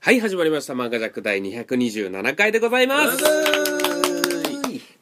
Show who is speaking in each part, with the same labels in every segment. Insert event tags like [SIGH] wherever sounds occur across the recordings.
Speaker 1: はい、始まりました。漫画ジャック第227回でございます。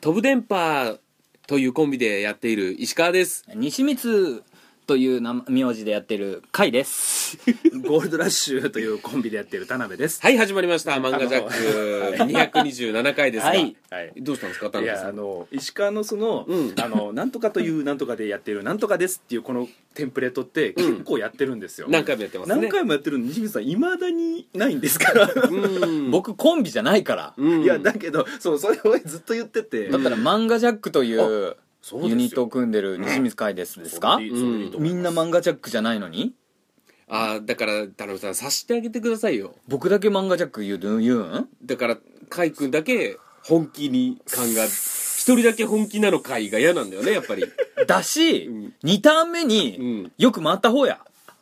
Speaker 1: 飛ぶ電波というコンビでやっている石川です。
Speaker 2: 西光という名名字でやってる甲斐です
Speaker 3: ゴールドラッシュというコンビでやってる田辺です。
Speaker 1: はい、始まりました。漫画ジャック227回ですが、
Speaker 2: はい
Speaker 3: はい
Speaker 1: どうしたんですか、田
Speaker 3: い
Speaker 1: 辺
Speaker 3: や
Speaker 1: さ
Speaker 3: あ
Speaker 1: ん。
Speaker 3: の石川のその、
Speaker 1: うん
Speaker 3: あのなんとかというなんとかでやってるなんとかですっていうこのテンプレートって
Speaker 1: うん
Speaker 3: 結構やってるんですよ。
Speaker 1: 何回もやってますね。
Speaker 3: 何回もやってるのに西口さんいまだにないんですから。
Speaker 1: うん、
Speaker 2: 僕コンビじゃないから、
Speaker 1: うん
Speaker 3: [LAUGHS] いやだけどそうそれをずっと言ってて。
Speaker 2: だったら漫画ジャックという
Speaker 3: そうですよ
Speaker 2: ユニットを組んでる西光海ですですか、
Speaker 3: それでいいそれでいいと思
Speaker 2: み
Speaker 3: い
Speaker 2: んな
Speaker 3: ます
Speaker 2: 漫画ジャックじゃないのに
Speaker 1: あーだから、田辺さん、察してあげてくださいよ。
Speaker 2: 僕だけ漫画ジャック言う言うん
Speaker 1: だから、カイ君だけ本気に感が、一人だけ本気なのカイが嫌なんだよね、やっぱり。
Speaker 2: だし、
Speaker 1: うん
Speaker 2: 2ターン目
Speaker 1: うん
Speaker 2: によく回った方や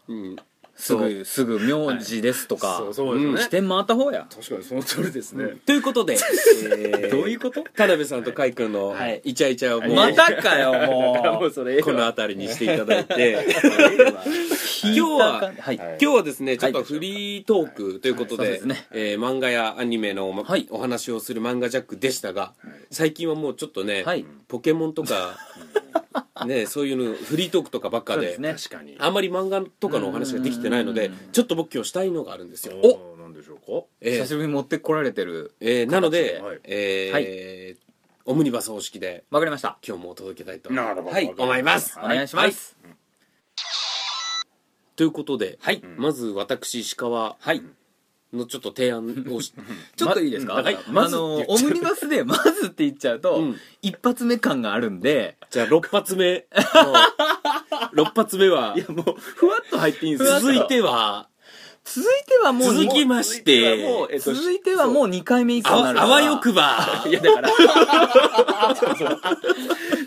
Speaker 1: うん。
Speaker 2: す
Speaker 1: そう
Speaker 2: ぐすぐ名字ですとか、
Speaker 3: そうそうですよね。
Speaker 2: 視点回った方や
Speaker 3: 確かにその通りですね。
Speaker 1: ということで、 [LAUGHS] えー
Speaker 2: どういうこと
Speaker 1: 田辺さんと海君の
Speaker 2: はい
Speaker 1: イチャイチャをもう、
Speaker 2: またかよ
Speaker 3: [LAUGHS] だからも
Speaker 2: も
Speaker 3: う
Speaker 2: う
Speaker 3: それ
Speaker 1: [LAUGHS] この辺りにしていただ
Speaker 2: [LAUGHS]
Speaker 1: いて今
Speaker 2: 今
Speaker 1: 日は
Speaker 2: はい、
Speaker 1: 今日はですねちょっとフリートークということ
Speaker 2: はい
Speaker 1: で,、
Speaker 2: そうですね
Speaker 1: えー漫画やアニメの、ま
Speaker 2: はい
Speaker 1: お話をする漫画ジャックでしたが最近はもうちょっとね、
Speaker 2: はい
Speaker 1: ポケモン
Speaker 2: [LAUGHS]
Speaker 1: とか、ね、そういうのフリートークとかばっか
Speaker 2: そう
Speaker 1: で
Speaker 2: ですね
Speaker 3: 確かに。
Speaker 1: あんまり漫画とかのお話ができてないので
Speaker 2: うんうんうん
Speaker 1: ちょっと僕今日したいのがあるんですよ。
Speaker 3: おなんでしょう
Speaker 1: えー
Speaker 2: 久しぶりに持ってこられてる
Speaker 1: えーなので、
Speaker 3: はい
Speaker 1: えーオムニバス方式で
Speaker 2: わかりました
Speaker 1: 今日もお届けたいと
Speaker 3: か。なるほど。
Speaker 1: はい、思います。
Speaker 2: お願いします、
Speaker 1: ということで、
Speaker 2: はい
Speaker 1: まず私石川
Speaker 2: はい
Speaker 1: のちょっと提案
Speaker 2: [LAUGHS]
Speaker 1: をし
Speaker 2: ちょっといいですか、
Speaker 1: まはい
Speaker 2: あのオムニバスで「ま [LAUGHS] ず」って言っちゃうと、
Speaker 1: うん
Speaker 2: 一発目感があるんで
Speaker 1: じゃあ6発目
Speaker 2: [LAUGHS]
Speaker 1: の6発目はい
Speaker 3: やもうふわっと入っていいんですよ。
Speaker 1: 続いては
Speaker 2: 続いてはもう
Speaker 1: 続
Speaker 2: に
Speaker 1: きまして
Speaker 3: もうえっと
Speaker 2: 続いてはもう2回目以
Speaker 1: あ
Speaker 2: 降になる
Speaker 1: わあわよくば
Speaker 2: [LAUGHS]
Speaker 3: いやだから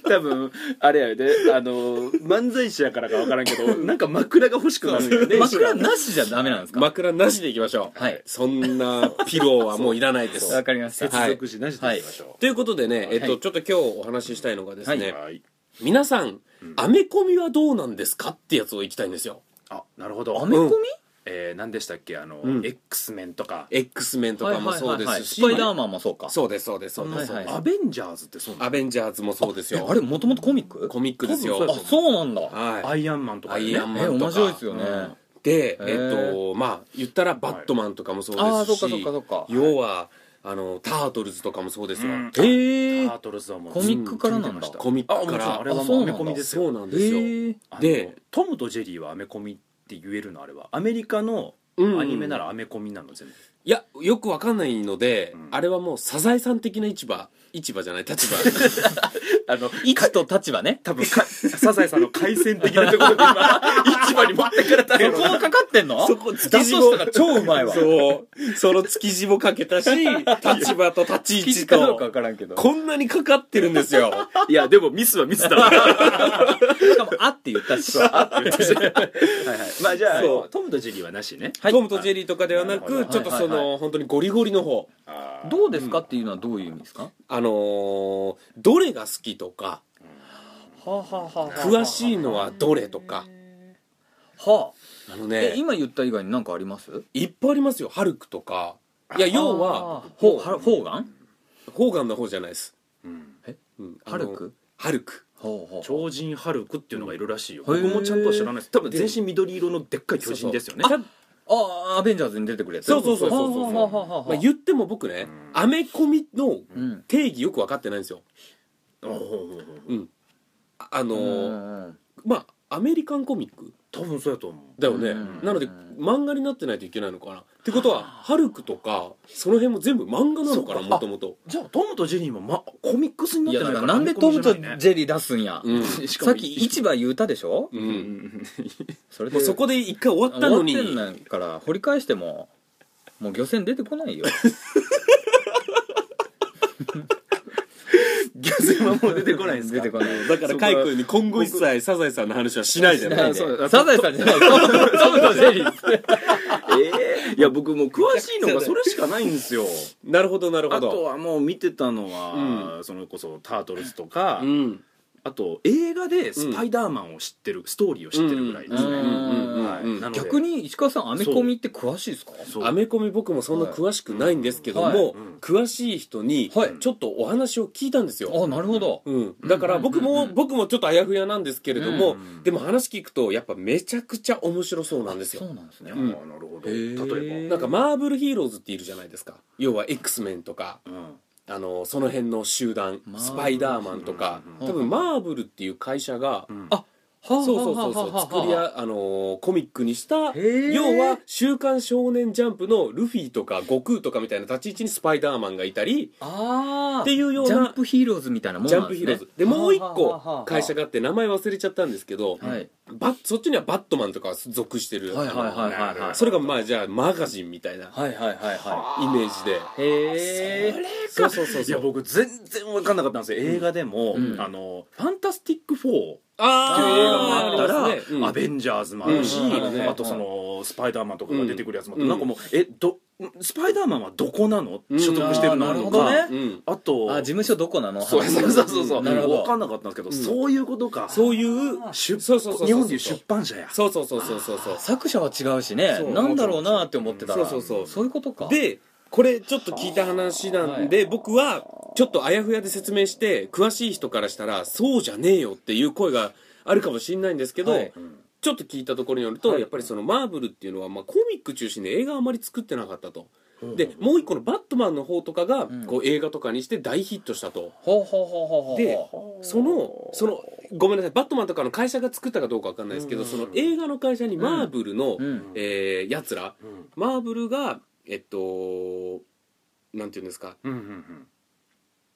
Speaker 3: 多分あれやであの漫才師やからか分からんけどなんか枕が欲しくなるんよね
Speaker 2: 枕なしじゃダメなんですか、
Speaker 1: 枕なしでいきましょう、
Speaker 2: はい
Speaker 1: そんなピローはもういらないで
Speaker 2: わ
Speaker 1: [LAUGHS] す
Speaker 2: かりました、
Speaker 1: はい
Speaker 3: 接続詞なしでいきましょ
Speaker 1: ということでね、えっと
Speaker 2: はい
Speaker 1: ちょっと今日お話ししたいのがですね、
Speaker 3: うはい
Speaker 1: 皆さんアメコミはどうなんですかってやつをいきたいんですよ
Speaker 3: あなるほど
Speaker 2: アメコミ、
Speaker 1: うん
Speaker 3: えー何でしたっけあの
Speaker 1: うん
Speaker 3: X メンとか
Speaker 1: X メンとかもそうで
Speaker 2: はいはいはいはい
Speaker 1: す
Speaker 2: ス
Speaker 1: し
Speaker 2: パイダーマンもそうか
Speaker 1: そうですそうですそうです、
Speaker 2: はいはい
Speaker 3: アベンジャーズってそうな
Speaker 1: アベンジャーズもそうです
Speaker 2: え
Speaker 1: よ
Speaker 2: あれもともとコミック
Speaker 1: コミックですよ
Speaker 2: あそうなんだ、
Speaker 3: の
Speaker 1: は
Speaker 3: ア
Speaker 1: い
Speaker 3: イアンマンとか
Speaker 1: アイアンマン
Speaker 2: え
Speaker 1: とか
Speaker 2: 面白いですよね、
Speaker 3: うん
Speaker 1: で、
Speaker 2: へ
Speaker 1: えっ
Speaker 2: ー
Speaker 1: とまあ言ったらバットマンとかもそう
Speaker 2: ああそ
Speaker 1: です
Speaker 2: っかそっ
Speaker 1: し
Speaker 2: かそっか
Speaker 1: 要はあのタートルズとかもそうですよ、
Speaker 3: うん
Speaker 2: へえ
Speaker 3: タートルズはもう
Speaker 2: コミックからなんだ
Speaker 3: 見てました
Speaker 1: コミックから
Speaker 3: あもちろんあれは
Speaker 2: あ
Speaker 3: も
Speaker 2: そううな
Speaker 3: ア
Speaker 2: ん
Speaker 3: メ
Speaker 2: だ
Speaker 3: コミです
Speaker 1: そ
Speaker 3: よ
Speaker 1: うなんですよ、
Speaker 2: へえ
Speaker 3: あの
Speaker 1: で
Speaker 3: トムとジェリーはアメコミって言えるのあれはアメリカの
Speaker 1: うん
Speaker 3: アニメならアメコミなの全部
Speaker 1: いやよくわかんないので、
Speaker 3: うん
Speaker 1: あれはもうサザエさん的な市場市場じゃない
Speaker 2: [LAUGHS]
Speaker 1: 立場
Speaker 3: あの
Speaker 2: 位置と立場ね
Speaker 3: 多分かサザエさんの海鮮的なところ [LAUGHS] で今市場に持ってかれた
Speaker 2: そ
Speaker 3: よ
Speaker 2: こはかかってんの
Speaker 1: そこ築
Speaker 2: だ
Speaker 1: 地
Speaker 2: と
Speaker 1: も
Speaker 2: したら超うまいわ
Speaker 1: そうその築地もかけたし立場と立ち位
Speaker 2: 記事
Speaker 1: 置
Speaker 2: かどうか
Speaker 1: と
Speaker 2: 分からんけど
Speaker 1: こんなにかかってるんですよ
Speaker 3: いやでもミスはミスだは
Speaker 2: しかも「あ」って言ったし
Speaker 3: いはいまあじゃあ
Speaker 1: そう
Speaker 3: トムとジェリーはなしね
Speaker 1: トムとジェリーとかではなく、
Speaker 3: はい
Speaker 1: ちょっとその、
Speaker 2: はいは
Speaker 1: 本当にゴリゴリの方
Speaker 2: どうですかっていうのはどういう意味ですか、
Speaker 1: あのーどれが好きとか
Speaker 2: はあ、はあは
Speaker 1: 詳しいのはどれとか
Speaker 2: はあ
Speaker 1: あの
Speaker 2: え
Speaker 1: ね
Speaker 2: 今言った以外に何かあります
Speaker 1: いっぱいありますよハルクとかいや要は
Speaker 2: あーほうはホーガン
Speaker 1: ホーガンの方じゃないです、
Speaker 3: うん
Speaker 1: うんあ
Speaker 2: ハ
Speaker 1: の
Speaker 2: ルク
Speaker 1: ハルク
Speaker 2: ほうほう
Speaker 3: 超人ハルクっていうのがいるらしいよ
Speaker 2: へー
Speaker 3: 僕もちゃんとは知らないです多分全身緑色のでっかい巨人ですよね
Speaker 1: そうそうた
Speaker 2: ああアベンジャーズに出てくるやつ
Speaker 1: そうそうそうそうそう
Speaker 2: はあはあはあはあ
Speaker 1: まあ、言っても僕ね
Speaker 3: うん
Speaker 1: アメコミの
Speaker 2: うん
Speaker 1: 定義よく分かってないんですよ
Speaker 3: おうおうおうおう
Speaker 1: ああのー
Speaker 2: うんうん
Speaker 1: まあアメリカンコミック
Speaker 3: 多分そうやと思う
Speaker 1: だよね、
Speaker 2: うん
Speaker 1: なので漫画になってないといけないのかなってことはハルクとかその辺も全部漫画なのかな
Speaker 3: そうか
Speaker 1: もともと
Speaker 3: じゃあトムとジェリーもまコミックスにないって
Speaker 2: や
Speaker 3: な
Speaker 2: だか
Speaker 3: いからら
Speaker 2: なんでトムと
Speaker 3: アメコミじゃないね
Speaker 2: ジェリー出すんや、
Speaker 1: うん
Speaker 3: しか
Speaker 2: さ
Speaker 3: も
Speaker 2: っき市場言うたでしょ、[LAUGHS]
Speaker 1: う
Speaker 3: うんん
Speaker 2: それ
Speaker 1: もう
Speaker 2: で
Speaker 1: そこで一回終わっ
Speaker 2: 終
Speaker 1: たの
Speaker 2: わっ
Speaker 1: に
Speaker 2: てんだから掘り返してももう漁船出てこ
Speaker 1: [LAUGHS]
Speaker 2: ないよ
Speaker 3: ギャズはもう出てこないんですか
Speaker 2: 出てこない
Speaker 1: [LAUGHS] だからカイ君に今後一切サザエさんの話はしないで
Speaker 2: し
Speaker 1: ね
Speaker 2: ないで
Speaker 3: そうだ
Speaker 2: サザエさんじゃないトムトムとジェリ
Speaker 3: [LAUGHS]
Speaker 2: ー
Speaker 3: ええいや僕もう詳しいのがそれしかないんですよ
Speaker 1: なるほどなるほ
Speaker 3: あと
Speaker 1: ど
Speaker 3: はもう見てたのは、そのこそタートルズとか、
Speaker 1: うん
Speaker 3: あと映画でスパイダーマンを知ってる、ストーリーを知ってるぐらいですね、
Speaker 2: うんうん
Speaker 3: はい
Speaker 1: うん
Speaker 3: なので
Speaker 2: 逆に石川さんアメコミって詳しいですか
Speaker 3: そう
Speaker 1: アメコミ僕もそんな詳しくないんですけども、
Speaker 2: はいはい
Speaker 3: うん
Speaker 1: 詳しい人に
Speaker 2: はい
Speaker 1: ちょっとお話を聞いたんですよ、
Speaker 2: あなるほど
Speaker 1: うん、だから僕も、
Speaker 2: うんうんうん
Speaker 1: 僕もちょっとあやふやなんですけれど
Speaker 2: う
Speaker 1: も、
Speaker 2: ん
Speaker 1: でも話聞くとやっぱめちゃくちゃ面白そうなんです
Speaker 2: そ
Speaker 1: よ
Speaker 2: うなんですね
Speaker 3: あ
Speaker 1: ん
Speaker 3: ーなるほど
Speaker 1: へー
Speaker 3: 例えば
Speaker 1: なんかマーブルヒーローズっているじゃないですか要は X メンとかあのその辺の集団
Speaker 2: マーブル
Speaker 1: スパイダーマンとか
Speaker 2: うん
Speaker 1: 多分マーブルっていう会社が、
Speaker 3: うん
Speaker 2: あ
Speaker 1: そうそうそうそう作り
Speaker 2: 合
Speaker 1: やあのーコミックにした
Speaker 2: ー
Speaker 1: 要は「週刊少年ジャンプ」のルフィとか悟空とかみたいな立ち位置にスパイダーマンがいたり
Speaker 2: あ
Speaker 1: っていうような
Speaker 2: ジャンプヒーローズみたいなもん
Speaker 1: ジ
Speaker 2: な
Speaker 1: ャン
Speaker 2: ん
Speaker 1: プ
Speaker 2: です
Speaker 1: ヒ
Speaker 2: ね
Speaker 1: ーローズでもう一
Speaker 2: はあはあはあは
Speaker 1: 個
Speaker 2: あ
Speaker 1: 会社があって名前忘れちゃったんですけど
Speaker 2: はい
Speaker 1: バそっちにはバットマンとか属してる
Speaker 2: はいはいはいはいはい
Speaker 1: それがまあじゃあマガジンみたいな
Speaker 2: はいはいはいは
Speaker 1: イメージで
Speaker 2: いへえ
Speaker 1: そうそうそう
Speaker 3: い
Speaker 1: そ
Speaker 3: や
Speaker 1: う
Speaker 3: 僕全然分かんなかったんですよ映画でも、
Speaker 2: うん
Speaker 3: あの「ファンタスティック4」っていう映画も
Speaker 1: あ
Speaker 3: あったら
Speaker 1: ありますねうん
Speaker 3: アベンジャーズ」もあるし、
Speaker 1: うんうんうん
Speaker 3: あとその「スパイダーマン」とかが出てくるやつもあって、
Speaker 1: うん
Speaker 3: なんかもう「えどスパイダーマンはどこなの
Speaker 1: うん
Speaker 3: 所属してるの?」
Speaker 2: あー
Speaker 3: と
Speaker 2: なるほ
Speaker 3: か
Speaker 2: ど
Speaker 1: う
Speaker 2: ね
Speaker 1: ん
Speaker 3: あと
Speaker 2: あ事務所どこなの
Speaker 3: そうそうそうそうそう
Speaker 2: なるほど
Speaker 3: 分かんなかったんですけど、
Speaker 1: ん
Speaker 3: そういうことか
Speaker 1: そういう
Speaker 3: 出
Speaker 1: そうそうそうそう
Speaker 3: 日本でいう出版社や
Speaker 1: そうそうそうそうそうそう
Speaker 2: 作者は違うしね
Speaker 1: そう
Speaker 2: なんだろうなって思ってたら
Speaker 1: うんそうそうそう
Speaker 2: いうことか
Speaker 1: でこれちょっと聞いた話なんで僕はちょっとあやふやで説明して詳しい人からしたらそうじゃねえよっていう声があるかもしれないんですけど、
Speaker 2: はい
Speaker 1: ちょっと聞いたところによると、
Speaker 2: はい
Speaker 1: やっぱりそのマーブルっていうのは、まあ、コミック中心で映画あまり作ってなかったと。でもう一個のバットマンの方とかが
Speaker 2: ん
Speaker 1: こう映画とかにして大ヒットしたと、
Speaker 2: ほうほうほうほうほう
Speaker 1: でそのそのごめんなさいバットマンとかの会社が作ったかどうかわかんないですけど、
Speaker 3: うん
Speaker 1: その映画の会社にマーブルの、
Speaker 2: うん
Speaker 1: えーやつら
Speaker 3: うん
Speaker 1: マーブルがえっとなんていうんですか
Speaker 3: うんうんうん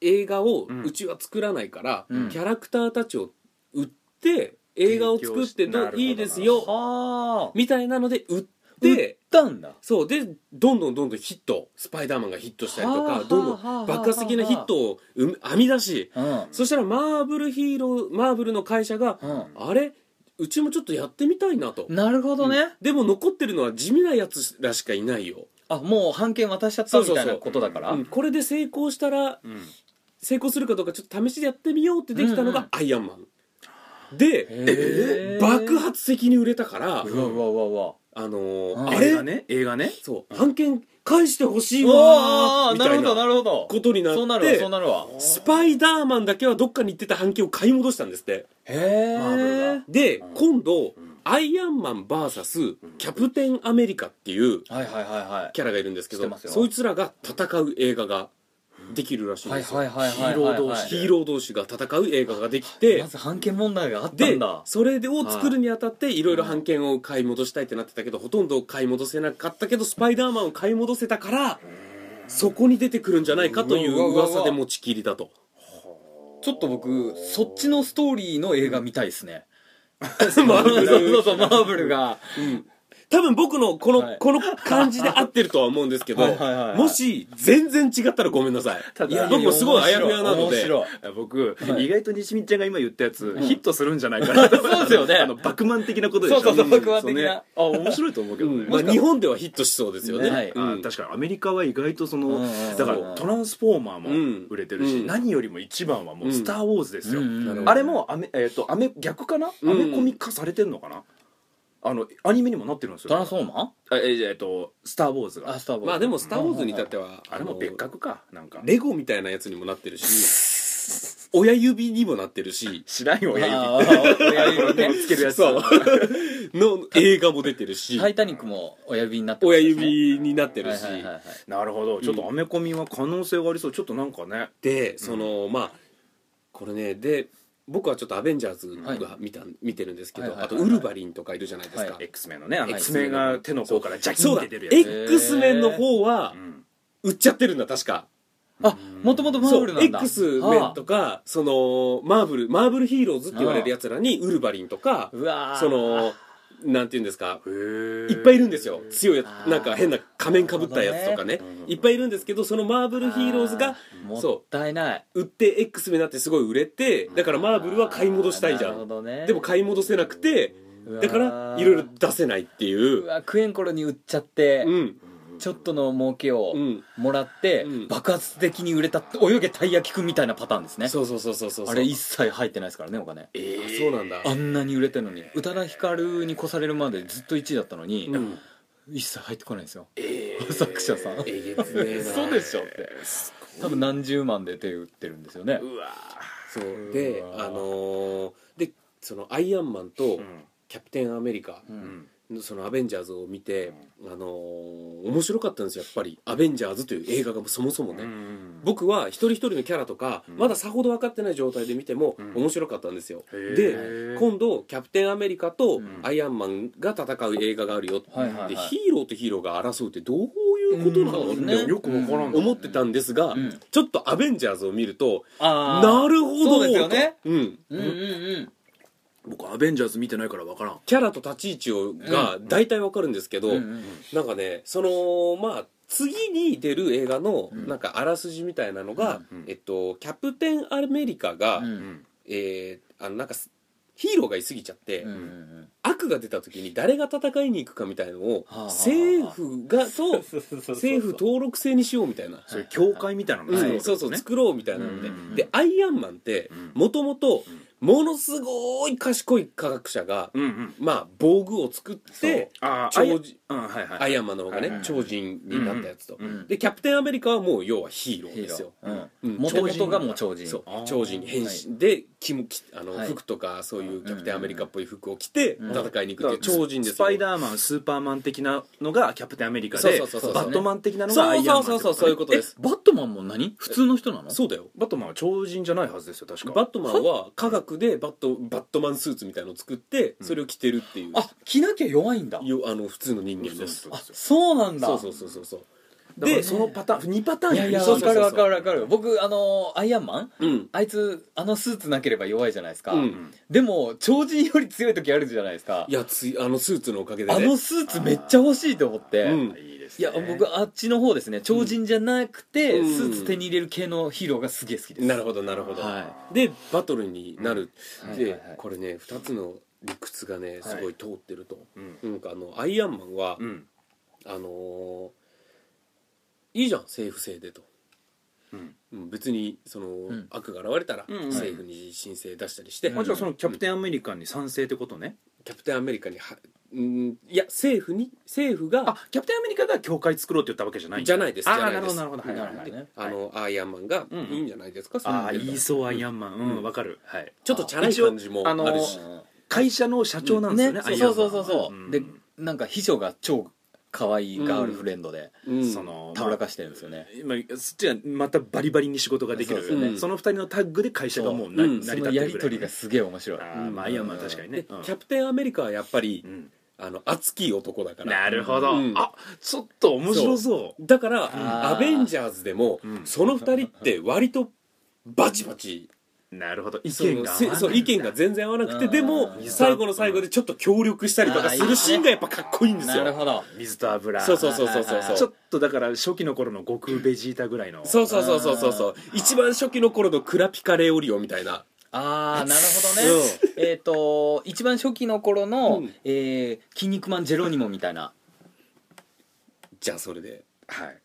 Speaker 1: 映画を
Speaker 3: うん
Speaker 1: うちは作らないから、
Speaker 2: うん
Speaker 1: キャラクターたちを売って映画を作って
Speaker 3: 提供しなる
Speaker 1: ど
Speaker 3: ほど
Speaker 1: いいですよ
Speaker 2: はあ
Speaker 1: みたいなので売っ
Speaker 2: 売ってたんだ
Speaker 1: そうでどんどんどんどんヒットスパイダーマンがヒットしたりと
Speaker 2: はあは
Speaker 1: か
Speaker 2: あ
Speaker 1: どんど
Speaker 2: はあはあ
Speaker 1: ん爆発的なヒットを生み編み出し
Speaker 2: うんうん
Speaker 1: そしたらマーブルヒーローマーブルの会社があれうちもちょっとやってみたいなと
Speaker 2: なるほどね
Speaker 1: でも残ってるのは地味なやつらしかいないよ、
Speaker 2: あもう判権渡しちゃったみたいなことだから
Speaker 1: うんこれで成功したら
Speaker 3: うん
Speaker 1: 成功するかどうかちょっと試しでやってみようってできたの
Speaker 2: うんう
Speaker 1: が
Speaker 2: ん
Speaker 1: アイアンマン、で
Speaker 2: え
Speaker 1: 爆発的に売れたから、
Speaker 2: うわうわうわうわ
Speaker 1: あのー
Speaker 2: うん
Speaker 1: あ
Speaker 3: 映画
Speaker 1: れ、
Speaker 3: ね映画ね
Speaker 1: そう版権返してほしいわ
Speaker 2: あ
Speaker 1: ー
Speaker 2: あ
Speaker 1: み
Speaker 2: な
Speaker 1: た
Speaker 2: る
Speaker 1: い
Speaker 2: ほどな
Speaker 1: な
Speaker 2: るほど
Speaker 1: ことになって
Speaker 2: そうなるわそうなるわ
Speaker 1: スパイダーマンだけはどっかに行ってた版権を買い戻したんですって
Speaker 2: へ
Speaker 3: マーブル
Speaker 2: え
Speaker 3: が
Speaker 1: で、
Speaker 3: うん
Speaker 1: 今度、
Speaker 3: ん
Speaker 1: アイアンマン VS キャプテンアメリカっていう
Speaker 2: はいはいはいはい
Speaker 1: キャラがいるんですけ
Speaker 2: 知っ
Speaker 1: ど
Speaker 2: てますよ
Speaker 1: そいつらが戦う映画ができるらしいん
Speaker 2: はい
Speaker 1: ですよ、
Speaker 2: はいはいはいはいはい
Speaker 3: ヒーロー同士
Speaker 1: ヒーロー同士が戦う映画ができて
Speaker 2: まず判権問題があった
Speaker 1: で
Speaker 2: んだ
Speaker 1: それでを作るにあたっていろいろ版権を買い戻したいってなってたけどほとんど買い戻せなかったけどスパイダーマンを買い戻せたからそこに出てくるんじゃないかという
Speaker 2: うわうわうわ
Speaker 1: 噂で持ちきりだと
Speaker 2: ちょっと僕そっちのストーリーの映画見たいですね
Speaker 1: [LAUGHS] マーブル
Speaker 2: そうそうマーブルが
Speaker 1: 多分僕のこの、
Speaker 2: はい
Speaker 1: この感じで合ってるとは思うんですけど
Speaker 2: はいはいはいはい
Speaker 1: もし全然違ったらごめんなさい
Speaker 3: ただ
Speaker 1: いや僕もすごいあやふやなの
Speaker 2: 面
Speaker 1: で
Speaker 2: 白い
Speaker 3: 僕、
Speaker 2: い
Speaker 3: 意外と西見ちゃんが今言ったやつ、ヒットするんじゃないかなそう
Speaker 2: ですよね
Speaker 3: あのバクマン的なことでしょ
Speaker 2: そうそうそうバクマン的な
Speaker 3: そうねあ面白いと思うけ
Speaker 1: う
Speaker 3: どね、
Speaker 1: んまあ、日本ではヒットしそうですよね
Speaker 2: ねはい
Speaker 1: うん
Speaker 3: あ確かにアメリカは意外とその、
Speaker 2: うんうんうん
Speaker 3: だからトランスフォーマー
Speaker 1: うん
Speaker 3: も売れてるし、
Speaker 1: うん
Speaker 3: 何よりも一番はもう「スター・ウォーズ」ですよ、
Speaker 2: うんうんうん
Speaker 3: あれもアメ、えー、とアメ逆かな、
Speaker 1: うん
Speaker 3: アメコミ化されてんのかなあのアニメにもなってるんですよ
Speaker 2: トランスフォーマ
Speaker 3: あえーえーと「スター・ウォーズ
Speaker 2: ー
Speaker 3: が」
Speaker 2: あスターウォーズ
Speaker 1: まあでも「スター・ウォーズ」に至っては
Speaker 3: あれも別格かなんか
Speaker 1: レゴみたいなやつにもなってるし親指にもなってるし
Speaker 3: 知らんよ親指
Speaker 2: あー親指 [LAUGHS] ね
Speaker 3: つけるやつ
Speaker 1: そう [LAUGHS] の映画も出てるし
Speaker 2: タイタニックも親指になってま
Speaker 1: 親
Speaker 2: すね
Speaker 1: 指になってるし
Speaker 2: はいはいはいはい
Speaker 3: なるほどちょっとアメコミは可能性がありそうちょっとなんかね
Speaker 1: でそのまあこれねで僕はちょっと「アベンジャーズ」
Speaker 2: は
Speaker 1: が見た見てるんですけ
Speaker 2: はい
Speaker 1: ど
Speaker 2: はいは
Speaker 1: あ
Speaker 2: い
Speaker 1: と
Speaker 2: はい
Speaker 1: ウルヴァリンとかいるじゃないですか
Speaker 2: は
Speaker 3: X メンのねあの
Speaker 2: X
Speaker 3: X メンが手の甲からジャキ
Speaker 1: そ
Speaker 3: ン
Speaker 1: う
Speaker 3: っ
Speaker 1: だ
Speaker 3: て出るやつ
Speaker 1: X メンの方は
Speaker 3: うん
Speaker 1: 売っちゃってるんだ確か
Speaker 2: あもともとマー
Speaker 1: そ
Speaker 2: ブル
Speaker 1: う
Speaker 2: なんだ
Speaker 1: X メンとかそのマーブルマーブルヒーローズって言われるやつらにウルヴァリンとか
Speaker 2: うわー
Speaker 1: そのなんていうんですか
Speaker 3: へー
Speaker 1: いっぱいいるんですよ強いや
Speaker 2: あ
Speaker 1: つ
Speaker 2: ー
Speaker 1: なんか変な仮面かぶったやつとかね
Speaker 3: なるほどね
Speaker 1: いっぱいいるんですけどそのマーブルヒーローズが
Speaker 2: も
Speaker 1: そ
Speaker 2: ったいないう
Speaker 1: 売って X になってすごい売れてだからマーブルは買い戻したいじゃ
Speaker 2: あーなるほ
Speaker 1: ん
Speaker 2: どね
Speaker 1: でも買い戻せなくて
Speaker 2: うわー
Speaker 1: だからいろいろ出せないっていうう
Speaker 2: わ食えん頃に売っちゃって
Speaker 1: うん
Speaker 2: ちょっとの儲けを
Speaker 1: うん
Speaker 2: もらって、
Speaker 1: うん
Speaker 2: 爆発的に売れた泳げたい焼きくんみたいなパターンですね
Speaker 1: そうそうそうそうそう
Speaker 2: あれ一切入ってないですからねお金
Speaker 3: え
Speaker 1: あそうなんだ
Speaker 2: あんなに売れてるのに宇多田ヒカルに越されるまでずっと1位だったのに、
Speaker 1: うん
Speaker 2: 一切入ってこないんですよ
Speaker 3: えー
Speaker 2: 作者さん
Speaker 1: えげつねえな
Speaker 2: 嘘でしょって多分何十万で手打ってるんですよね
Speaker 3: うわ
Speaker 1: そうで
Speaker 2: うわー
Speaker 1: あのーでそのアイアンマンとキャプテンアメリカ
Speaker 2: う
Speaker 3: うんん
Speaker 1: そのアベンジャーズを見て、あのー面白かったんですよやっぱりアベンジャーズという映画がそもそもね、
Speaker 3: うん
Speaker 1: 僕は一人一人のキャラとか、
Speaker 3: うん
Speaker 1: まださほど分かってない状態で見ても
Speaker 3: うん
Speaker 1: 面白かったんですよ、
Speaker 3: へー
Speaker 1: で今度キャプテンアメリカと
Speaker 3: ん
Speaker 1: アイアンマンが戦う映画があるよ、
Speaker 2: はいはいはい
Speaker 1: でヒーローとヒーローが争うってどういうことなの、
Speaker 2: うんそう
Speaker 1: っ
Speaker 2: です
Speaker 1: て
Speaker 2: ね
Speaker 3: よくわからん
Speaker 1: 思ってたんですが、
Speaker 2: うん
Speaker 1: ちょっとアベンジャーズを見ると、
Speaker 2: あー
Speaker 1: なるほど
Speaker 2: そうですよね
Speaker 1: とうん
Speaker 2: うんうんうん
Speaker 3: 僕アベンジャーズ見てないからわからん
Speaker 1: キャラと立ち位置をが大体分かるんですけど、
Speaker 2: うんうん
Speaker 1: なんかねそのまあ次に出る映画の
Speaker 2: ん
Speaker 1: なんかあらすじみたいなのが、
Speaker 3: うん
Speaker 1: えっと、キャプテンアメリカが、
Speaker 2: うん
Speaker 1: えーあのなんかすヒーローがいすぎちゃって、
Speaker 2: うんうんうん
Speaker 1: 悪が出た時に誰が戦いに行くかみたいのを、
Speaker 2: はあはあ
Speaker 1: 政府がと政府登録制にしようみたいな、
Speaker 3: それ教会みたいなの
Speaker 1: うん
Speaker 3: が
Speaker 1: そうそう作ろうみたいなので、
Speaker 3: うん
Speaker 1: でアイアンマンって
Speaker 3: うん
Speaker 1: もともとものすごい賢い科学者が、
Speaker 3: うんうん
Speaker 1: まあ防具を作って
Speaker 3: でああ
Speaker 1: 超人
Speaker 3: うんはいはい
Speaker 1: アイアンマンの方がね、
Speaker 3: はいはい
Speaker 1: 超人になったやつと、
Speaker 3: うんうん
Speaker 1: でキャプテンアメリカはもう要はヒーロー
Speaker 2: ヒ
Speaker 1: で
Speaker 2: ー
Speaker 1: す
Speaker 2: ロ
Speaker 1: よ
Speaker 2: ー
Speaker 1: う
Speaker 2: うんん元々がもう超人
Speaker 1: そう
Speaker 3: あー
Speaker 1: 超人に変身、で着も着あの、
Speaker 2: はい
Speaker 1: 服とかそういうキャプテンアメリカっぽい服を着て戦いに行くっていう超人ですよ
Speaker 3: スパイダーマンスーパーマン的なのがキャプテンアメリカで
Speaker 1: そうそうそうそう
Speaker 3: バットマン的なのがア
Speaker 1: そう
Speaker 3: イアンマ
Speaker 1: そ
Speaker 3: ン
Speaker 1: うそうそう
Speaker 3: ってこ
Speaker 1: そういう
Speaker 3: とね
Speaker 1: ことです
Speaker 2: バットマンも何普通の人なの
Speaker 1: そうだよ
Speaker 3: バットマンは超人じゃないはずですよ確か
Speaker 1: バットマンは科学でバットバットマンスーツみたいのを作ってそれを着てるっていう、
Speaker 2: あ着なきゃ弱いんだ
Speaker 1: よあの普通の人間です
Speaker 3: そう
Speaker 2: あそうなんだ
Speaker 1: そうそうそうそうそう
Speaker 3: だから
Speaker 1: で
Speaker 3: そのパターン2パターン
Speaker 2: いやいや
Speaker 1: そう
Speaker 2: わ
Speaker 1: そうそ
Speaker 2: か
Speaker 1: うそ
Speaker 2: るわか
Speaker 1: う
Speaker 2: るわかる僕あのアイアンマン
Speaker 1: うん
Speaker 2: あいつあのスーツなければ弱いじゃないですか、
Speaker 1: うん
Speaker 2: でも超人より強い時あるじゃないですか
Speaker 1: いやついあのスーツのおかげで
Speaker 2: あ
Speaker 1: ね
Speaker 2: のスーツめっちゃ欲しいと思って、
Speaker 1: うん
Speaker 3: いいです
Speaker 2: い
Speaker 3: ね
Speaker 2: や僕あっちの方ですね超人じゃなくて、
Speaker 1: うん
Speaker 2: スーツ手に入れる系のヒーローがすげえ好きです
Speaker 1: なるほどなるほど、
Speaker 2: は
Speaker 1: でバトルになる、
Speaker 2: うん
Speaker 1: で、
Speaker 2: はいはいはい
Speaker 1: これね2つの理屈がねすごい通ってると、
Speaker 3: うん
Speaker 1: なんかあのアイアンマンは、
Speaker 3: うん
Speaker 1: あのーいいじゃん政府制でと、
Speaker 3: うん
Speaker 1: うん別にその、
Speaker 2: ん
Speaker 1: 悪が現れたら
Speaker 3: うんうん
Speaker 1: 政府に申請出したりして、
Speaker 3: まあじゃあそのキャプテンアメリカンに賛成ってことね
Speaker 1: キャプテンアメリカにはうんいや政府に政府
Speaker 3: あ
Speaker 1: が
Speaker 3: キャプテンアメリカが教会作ろうって言ったわけじゃないんだ
Speaker 1: じゃないです
Speaker 3: あ
Speaker 1: じゃ
Speaker 3: あ
Speaker 1: な
Speaker 3: ないる
Speaker 1: で
Speaker 3: ほ
Speaker 1: す
Speaker 3: どなるほどはいはい
Speaker 2: なるほどね
Speaker 1: あのアイアンマンが
Speaker 3: うんうん
Speaker 1: いいんじゃないですか、それ
Speaker 3: ああ
Speaker 1: で
Speaker 3: いいそうアイアンマンうんわかるはい
Speaker 1: ちょっとチャラい感じも
Speaker 3: 一応あのー
Speaker 1: あるし
Speaker 3: 会社の社長なんですよね
Speaker 2: ね
Speaker 3: アイアンマ
Speaker 2: そ
Speaker 3: ン
Speaker 2: うそうそうそう、
Speaker 3: ん
Speaker 2: でなんか秘書が超可愛いガールフレンドで、
Speaker 1: うん
Speaker 3: その
Speaker 2: たぶらかしてるんですよね、
Speaker 3: 今そっちはまたバリバリに仕事ができる
Speaker 2: そう
Speaker 1: そううん
Speaker 3: その二人のタッグで会社がもう
Speaker 1: う
Speaker 3: なん成
Speaker 2: そ
Speaker 3: り立ってる
Speaker 2: の
Speaker 3: ぐら
Speaker 2: や
Speaker 3: い
Speaker 2: り取りがすげえ面白い
Speaker 3: あーまあアイアンマンは確かにね
Speaker 1: で
Speaker 3: うん
Speaker 1: キャプテンアメリカはやっぱり、
Speaker 3: うん
Speaker 1: あの熱き男だから
Speaker 3: なるほど
Speaker 1: うん
Speaker 3: あちょっと面白そう
Speaker 1: だから
Speaker 2: あー
Speaker 1: アベンジャーズでも、
Speaker 3: うん
Speaker 1: その二人って割とバチバチ
Speaker 3: なるほど意見が合わ
Speaker 1: そ
Speaker 3: な
Speaker 1: の
Speaker 3: い
Speaker 1: せそう意見が全然合わなくて
Speaker 2: うん
Speaker 1: でも
Speaker 2: うん
Speaker 1: 最後の最後でちょっと協力したりとかす
Speaker 2: あーいい
Speaker 1: る
Speaker 2: ね
Speaker 1: シーンがやっぱかっこいいんです
Speaker 2: なる
Speaker 1: よ
Speaker 2: ほど
Speaker 3: 水と油
Speaker 1: そうそうそうそうそう
Speaker 2: はいはいはい
Speaker 3: ち
Speaker 1: そ
Speaker 3: ょ
Speaker 1: う
Speaker 3: っとだから初期の頃の悟空ベジータぐらいの
Speaker 1: そうそうそうそうそうそう一番初期の頃のクラピカレオリオみたいな
Speaker 2: ああなるほどね、えっ、と一番初期の頃の「
Speaker 1: うん
Speaker 2: えー筋肉マンジェロニモ」みたいな
Speaker 1: じゃあそれで
Speaker 3: はい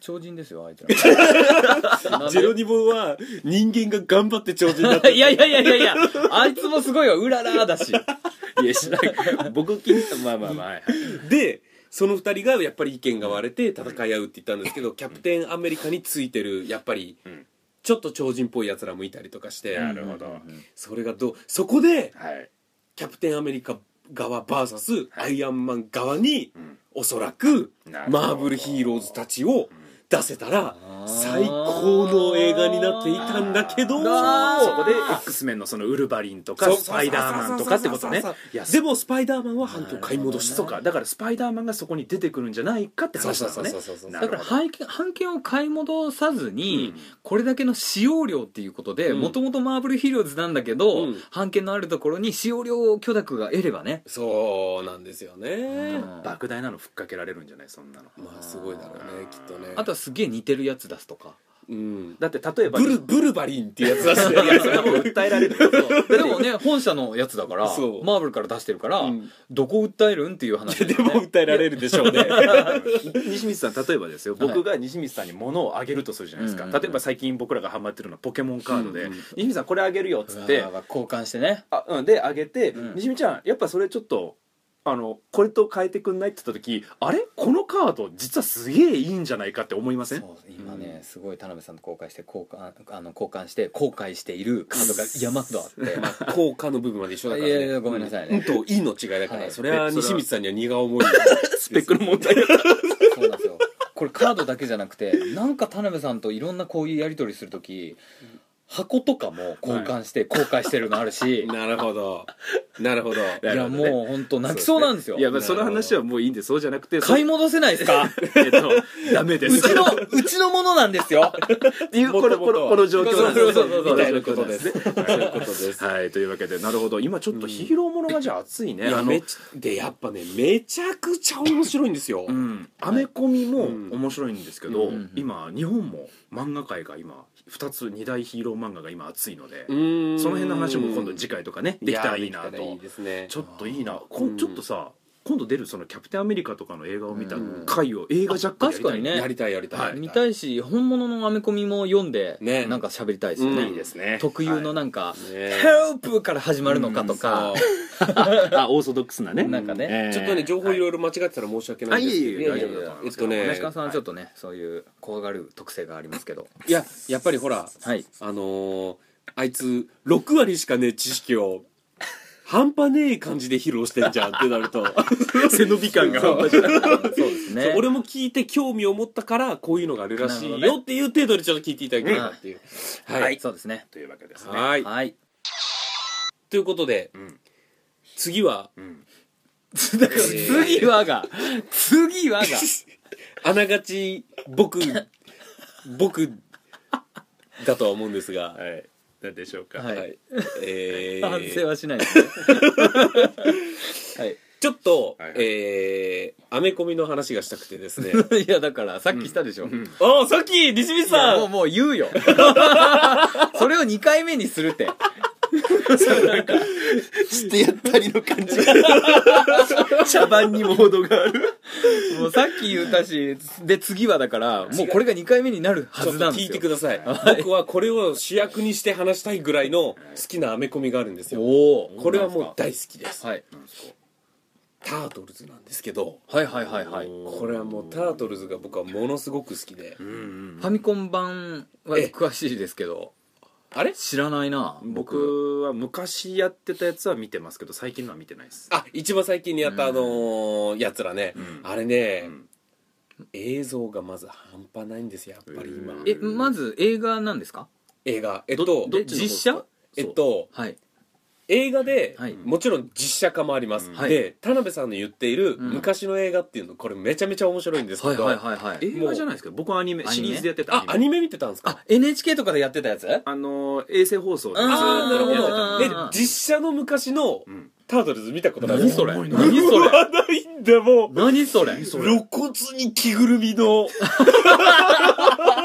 Speaker 2: 超人ですよあい
Speaker 3: [LAUGHS]
Speaker 2: つらなんで
Speaker 1: ジェロニボは人間が頑張って超人だった
Speaker 2: いやいやいやいやいや [LAUGHS] あいつもすごいわうららだし
Speaker 3: いやしない僕気にまあまあまあはいはい
Speaker 1: でその二人がやっぱり意見が割れて戦い合うって言ったんですけどキャプテンアメリカについてるやっぱり
Speaker 3: ん
Speaker 1: ちょっと超人っぽいやつらもいたりとかして
Speaker 3: なるほど
Speaker 1: それがどうそこで
Speaker 3: はい
Speaker 1: キャプテンアメリカ側 VS アイアンマン側に
Speaker 3: ん
Speaker 1: おそらく
Speaker 3: なるほど
Speaker 1: マーブルヒーローズたちを出せたら
Speaker 2: ー
Speaker 1: 最高の映画になっていたんだけど
Speaker 2: あー
Speaker 3: そこで X メンのそのウルヴァリンとか
Speaker 1: そう
Speaker 3: スパイダーマンとかってことね
Speaker 1: そうそうそうそう
Speaker 3: いや
Speaker 1: でもスパイダーマンは反響買い戻した
Speaker 3: そうかだからスパイダーマンがそこに出てくるんじゃないかって話なのね
Speaker 1: そうそうそうそうそう
Speaker 3: な
Speaker 2: だ
Speaker 3: る
Speaker 2: か
Speaker 3: ほ
Speaker 2: ら背
Speaker 3: ど
Speaker 2: 景版権を買い戻さずに、
Speaker 3: うん
Speaker 2: これだけの使用量っていうことで
Speaker 1: うん
Speaker 2: もともとマーブルヒーローズなんだけど、
Speaker 1: うん
Speaker 2: 版権のあるところに使用量許諾が得ればね、
Speaker 1: そうなんですよね
Speaker 2: うん
Speaker 3: 莫大なのふっかけられるんじゃないそんなの
Speaker 1: まあすごいだろうねきっとね [LAUGHS]
Speaker 2: あとはすげえ似てるやつ出すとか
Speaker 1: うん
Speaker 3: だって例えば
Speaker 1: ブルブルバリンっていうやつだしね
Speaker 3: いやそれはもう訴えられる
Speaker 2: でもね本社のやつだから
Speaker 1: そう
Speaker 2: マーブルから出してるから、
Speaker 1: うん
Speaker 2: どこ訴えるんっていう話、ね、
Speaker 1: [LAUGHS] でも訴えられるでしょうね
Speaker 3: 西光さん例えばですよ
Speaker 2: はい
Speaker 3: 僕が西光さんに物をあげるとするじゃないですか、
Speaker 2: うんうんうん
Speaker 3: 例えば最近僕らがハマってるのはポケモンカードで、
Speaker 1: うんうん
Speaker 3: 西光さんこれあげるよっつって、
Speaker 2: うわー交換してね
Speaker 3: あうん、であげて、
Speaker 2: うん
Speaker 3: 西見ちゃんやっぱそれちょっとあのこれと変えてくんないって言った時あれこのカード実はすげえいいんじゃないかって思いません
Speaker 2: そう今ねすごい田辺さんと交換して交換あの交換して後悔しているカードが山ほどあ
Speaker 1: [LAUGHS]
Speaker 2: って
Speaker 1: ま
Speaker 3: [LAUGHS]
Speaker 1: あ効果の部分まで一緒だから、ね、
Speaker 2: いやいやごめんなさいね
Speaker 1: うんと「い」の違いだから、
Speaker 2: はい
Speaker 1: それは西光さんには荷が重い
Speaker 3: [LAUGHS] スペックの問題だった
Speaker 2: そうなんですよこれカードだけじゃなくてなんか田辺さんといろんなこういうやり取りする時箱とかも交換して後悔してるのあるし、
Speaker 1: [LAUGHS] なるほど [LAUGHS] なるほど
Speaker 2: い、や
Speaker 3: なるほどね
Speaker 2: もう本当泣きそうなんですよ
Speaker 3: いやまあその話はもういいんでそうじゃなくて
Speaker 2: 買い
Speaker 3: い
Speaker 2: 戻せないですか
Speaker 3: えっと
Speaker 1: [LAUGHS]
Speaker 3: ダ [LAUGHS] メで
Speaker 2: う
Speaker 3: す
Speaker 2: ちのうちのものなんですよ
Speaker 3: っていう
Speaker 1: も
Speaker 3: こ
Speaker 1: っと
Speaker 3: の
Speaker 1: も
Speaker 3: こ
Speaker 1: っと
Speaker 3: のこの状況なんです
Speaker 1: そうそうそうそう
Speaker 3: みたいな
Speaker 1: そういうことです
Speaker 3: ね
Speaker 1: そういうことです
Speaker 3: はいというわけでなるほど今ちょっとヒーローものがじゃあ熱いね、
Speaker 1: いや
Speaker 3: あの
Speaker 1: めちでやっぱねめちゃくちゃ面白いんですよ、
Speaker 3: うん、アメコミも
Speaker 1: うん
Speaker 3: 面白いんですけど、
Speaker 2: うん
Speaker 3: 今日本も漫画界が今2つ2大ヒーロー漫画が今熱いので、
Speaker 1: うん
Speaker 3: その辺の話も今度次回とかねできたらいいな
Speaker 1: やできたらいい
Speaker 3: と
Speaker 1: ですね
Speaker 3: ちょっといいなこ
Speaker 1: うん
Speaker 3: ちょっとさ今度出るその「キャプテンアメリカ」とかの映画を見た
Speaker 1: うん
Speaker 3: 回を映画ジャックでやりたい
Speaker 2: 確かにね
Speaker 1: やりたいやりたい、
Speaker 3: はい
Speaker 2: 見たいし本物のアメコミも読んで、
Speaker 1: ね
Speaker 2: なんか喋りたいですよ
Speaker 1: う
Speaker 2: ね、
Speaker 1: んいいです
Speaker 3: ね
Speaker 2: 特有のなんか「
Speaker 1: ね
Speaker 2: ヘルプ!」から始まるのかとか、
Speaker 1: そう
Speaker 3: あオーソドックスなね
Speaker 2: なんかね
Speaker 3: えー
Speaker 1: ちょっとね情報いろいろ間違ってたら申し訳ないんですけど、
Speaker 3: あいえいえ大丈夫だと思い
Speaker 1: え
Speaker 3: ま
Speaker 1: っ
Speaker 3: す
Speaker 1: と
Speaker 3: え
Speaker 1: ね
Speaker 3: ー
Speaker 2: 石川さんはちょっとね、そういう怖がる特性がありますけど
Speaker 1: いややっぱりほ
Speaker 2: [LAUGHS]
Speaker 1: ら
Speaker 2: はい
Speaker 1: あのーあいつ6割しかね知識を半端ねえ感じで披露してんじゃんってなると
Speaker 3: 背伸び感が半端じゃない
Speaker 2: そうですね
Speaker 1: そう俺も聞いて興味を持ったからこういうのがあるらしい
Speaker 2: なるほど
Speaker 1: よっていう程度でちょっと聞いていただければっていう、
Speaker 2: はい、
Speaker 1: はい
Speaker 2: そうですね
Speaker 3: というわけですね
Speaker 1: はい
Speaker 2: はい
Speaker 1: ということで
Speaker 3: うん
Speaker 1: 次は
Speaker 3: うん
Speaker 2: だから次はが次はが
Speaker 1: あながち僕僕だとは思うんですが、
Speaker 3: はい何でしょうか
Speaker 2: はい
Speaker 1: はいえー
Speaker 2: 反省 [LAUGHS] はしないですねはい
Speaker 1: ちょっと、
Speaker 3: はいはい
Speaker 1: えー、アメコミの話がしたくてですね
Speaker 2: いやだからさっきしたでしょ、い
Speaker 1: ああさっき西光
Speaker 2: や
Speaker 1: さ
Speaker 2: もうんもう言うよそれを2回目にするって
Speaker 3: してやったりの感じが茶番にも程がある
Speaker 2: もうさっき言ったしで次はだからもうこれが2回目になるは
Speaker 1: ちょっ
Speaker 2: ず
Speaker 1: と
Speaker 2: なんで
Speaker 1: 聞い
Speaker 2: す
Speaker 1: て
Speaker 2: よ
Speaker 1: ください僕はこれを主役にして話したいぐらいの好きなアメコミがあるんですよ
Speaker 2: おお
Speaker 1: これはもう大好きです
Speaker 2: はい
Speaker 1: タートルズなんですけど
Speaker 2: はいはいはいはいフ
Speaker 1: これはもうタートルズが僕はものすごく好きで
Speaker 2: ァミコン版は
Speaker 1: ええ
Speaker 2: 詳しいですけど
Speaker 1: あれ
Speaker 2: 知らないな僕
Speaker 3: 僕は昔やってたやつは見てますけど最近のは見てないです
Speaker 1: あ一番最近にやった
Speaker 2: うん
Speaker 1: あのーやつらね
Speaker 3: うん
Speaker 1: あれね
Speaker 3: うん
Speaker 1: 映像がまず半端ないんですよやっぱり今
Speaker 3: うん
Speaker 2: えまず映画なんですか
Speaker 1: 映画えっと
Speaker 2: どっちの方ですか
Speaker 1: 実写えっと
Speaker 2: はい
Speaker 1: 映画で
Speaker 2: はい
Speaker 1: もちろん実写化もあります、
Speaker 2: はい
Speaker 1: で田辺さんの言っている
Speaker 2: うん
Speaker 1: 昔の映画っていうのこれめちゃめちゃ面白いんですけ
Speaker 2: はい
Speaker 1: ど、
Speaker 2: はいはいはい
Speaker 3: 映画じゃないですけど僕はアニ
Speaker 2: ア
Speaker 3: メ
Speaker 2: ニメ
Speaker 3: シリーズでやってた
Speaker 1: あアニメ見てたんですか
Speaker 2: あ NHK とかでやってたやつ
Speaker 3: あのー衛星放送でずっと
Speaker 1: あ
Speaker 2: あ
Speaker 1: あ
Speaker 2: ー
Speaker 1: なるほ
Speaker 2: あ
Speaker 1: ど
Speaker 2: ー
Speaker 1: え実写の昔の
Speaker 3: うん
Speaker 1: タートルズ見たことない
Speaker 2: 何それ
Speaker 1: う
Speaker 2: 何それ
Speaker 1: わないんだもう
Speaker 2: 何それ
Speaker 1: 露骨に着ぐる
Speaker 2: [LAUGHS]
Speaker 1: みの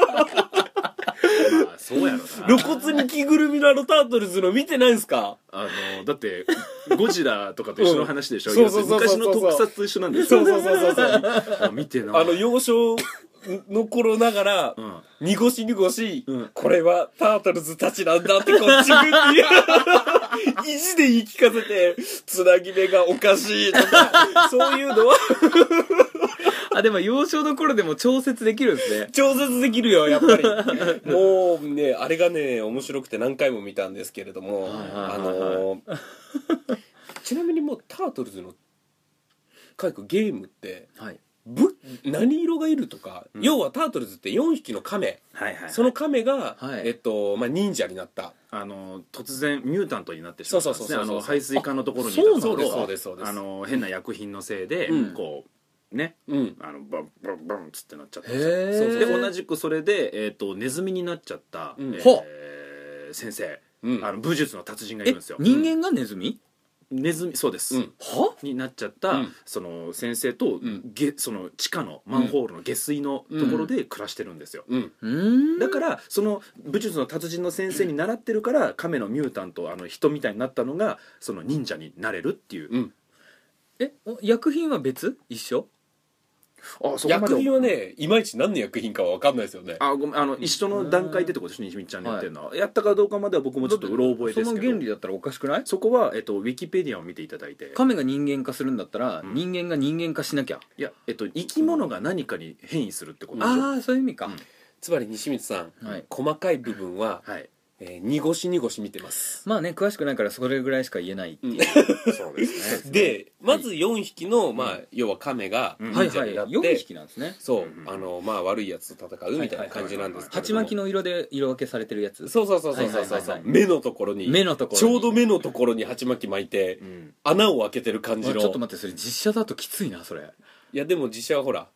Speaker 3: まあそうやろな
Speaker 1: 露骨に着ぐるみのあのタートルズの見てないんすか
Speaker 3: あのーだってゴジラとかと一緒の話でしょ、
Speaker 1: うん
Speaker 3: 要するに
Speaker 1: そうそうそう
Speaker 3: 昔
Speaker 1: そう
Speaker 3: の特撮と一緒なんです
Speaker 1: そうそうそうそうそう
Speaker 3: あ見てな
Speaker 1: [LAUGHS]
Speaker 3: い
Speaker 1: あの幼少の頃な
Speaker 2: [LAUGHS]
Speaker 1: がら
Speaker 3: うん
Speaker 1: 濁し濁し、
Speaker 3: うん
Speaker 1: これはタートルズたちなんだってこっちがっていう意地で言い聞かせてつなぎ目がおかしいと
Speaker 2: [LAUGHS]
Speaker 1: かそういうのは
Speaker 2: あでも幼少の頃でも調節できるんですね
Speaker 1: 調節できるよやっぱ
Speaker 2: [LAUGHS]
Speaker 1: りもうねあれがね面白くて何回も見たんですけれども、
Speaker 2: はい
Speaker 1: あ
Speaker 2: はいはい
Speaker 1: の
Speaker 2: [LAUGHS]
Speaker 1: ちなみにもうタートルズのかいくゲームって
Speaker 2: はい
Speaker 1: ぶ何色がいるとか、要はタートルズって4匹の亀、
Speaker 3: はいはい
Speaker 1: その亀が、
Speaker 2: はい
Speaker 1: えっとまあ、忍者になった
Speaker 3: あのー突然ミュータントになってしまったんです
Speaker 1: そ
Speaker 3: ね
Speaker 1: うそうそうそう
Speaker 3: あの排水管のところにいた
Speaker 2: そうなの
Speaker 1: そうですそうですそうです
Speaker 3: あのー変な薬品のせいで、
Speaker 1: うん
Speaker 3: こうね
Speaker 1: うん
Speaker 3: あのバンバンバンつってなっちゃったんですよ
Speaker 2: へえ
Speaker 1: そうそう
Speaker 3: で同じくそれで、えー、とネズミになっちゃった、
Speaker 1: うん
Speaker 3: えー
Speaker 2: ほ
Speaker 3: 先生、
Speaker 1: うん
Speaker 3: あの武術の達人がい
Speaker 2: え
Speaker 3: るんですよ
Speaker 2: 人間がネズミ
Speaker 3: ネズミそうです、
Speaker 1: うん
Speaker 2: は
Speaker 3: になっちゃった、
Speaker 1: うん
Speaker 3: その先生と、
Speaker 1: ん
Speaker 3: げその地下のマンホールの下水のところで暮らしてるんですよ、
Speaker 1: うん
Speaker 2: うん
Speaker 3: だからその武術の達人の先生に習ってるから亀のミュータントあの人みたいになったのがその忍者になれるっていう、
Speaker 1: うん
Speaker 2: えお薬品は別一緒
Speaker 3: あそこまで
Speaker 1: 薬品はねいまいち何の薬品かは分かんないですよね
Speaker 3: あごめんあの一緒の段階でってことですね西光ちゃんのやってるのは、やったかどうかまでは僕もちょっとうろ覚えです
Speaker 2: そ
Speaker 3: け
Speaker 2: の
Speaker 3: ど
Speaker 2: 原理だったらおかしくない
Speaker 3: そこは、えっと、ウィキペディアを見ていただいて
Speaker 2: 亀が人間化するんだったら、
Speaker 3: うん
Speaker 2: 人間が人間化しなきゃ
Speaker 3: いや、えっと、生き物が何かに変異するってことでしょ
Speaker 2: ああそういう意味か、
Speaker 3: うん
Speaker 1: つまり西光さん、
Speaker 2: はい
Speaker 1: 細かい部分は、
Speaker 3: はい
Speaker 1: えー、濁し濁し見てます
Speaker 2: まあね詳しくないからそれぐらいしか言えないっていう、
Speaker 3: そ
Speaker 1: [LAUGHS]
Speaker 3: うですね
Speaker 1: でまず4匹の、まあ、要は亀が
Speaker 3: うん
Speaker 2: はい
Speaker 1: 忍者
Speaker 2: は
Speaker 1: に
Speaker 2: い
Speaker 1: なって、
Speaker 2: 4匹なんですね
Speaker 1: そう、
Speaker 3: うん
Speaker 1: あのまあ悪いやつと戦うみたいな感じなんですけれ
Speaker 2: 鉢
Speaker 1: ども
Speaker 2: 巻きの色で色分けされてるやつ
Speaker 1: そうそうそうそうそうそ
Speaker 2: は
Speaker 1: う、
Speaker 2: いはいはいはい
Speaker 1: 目のところに
Speaker 2: 目のところ
Speaker 1: ち
Speaker 2: に
Speaker 1: ょうど目のところに鉢巻き巻いて、
Speaker 3: うん
Speaker 1: 穴を開けてる感
Speaker 2: ま
Speaker 1: じ
Speaker 2: あち
Speaker 1: の
Speaker 2: ょっと待ってそれ実写だときついなそれ
Speaker 1: いやでも実写はほら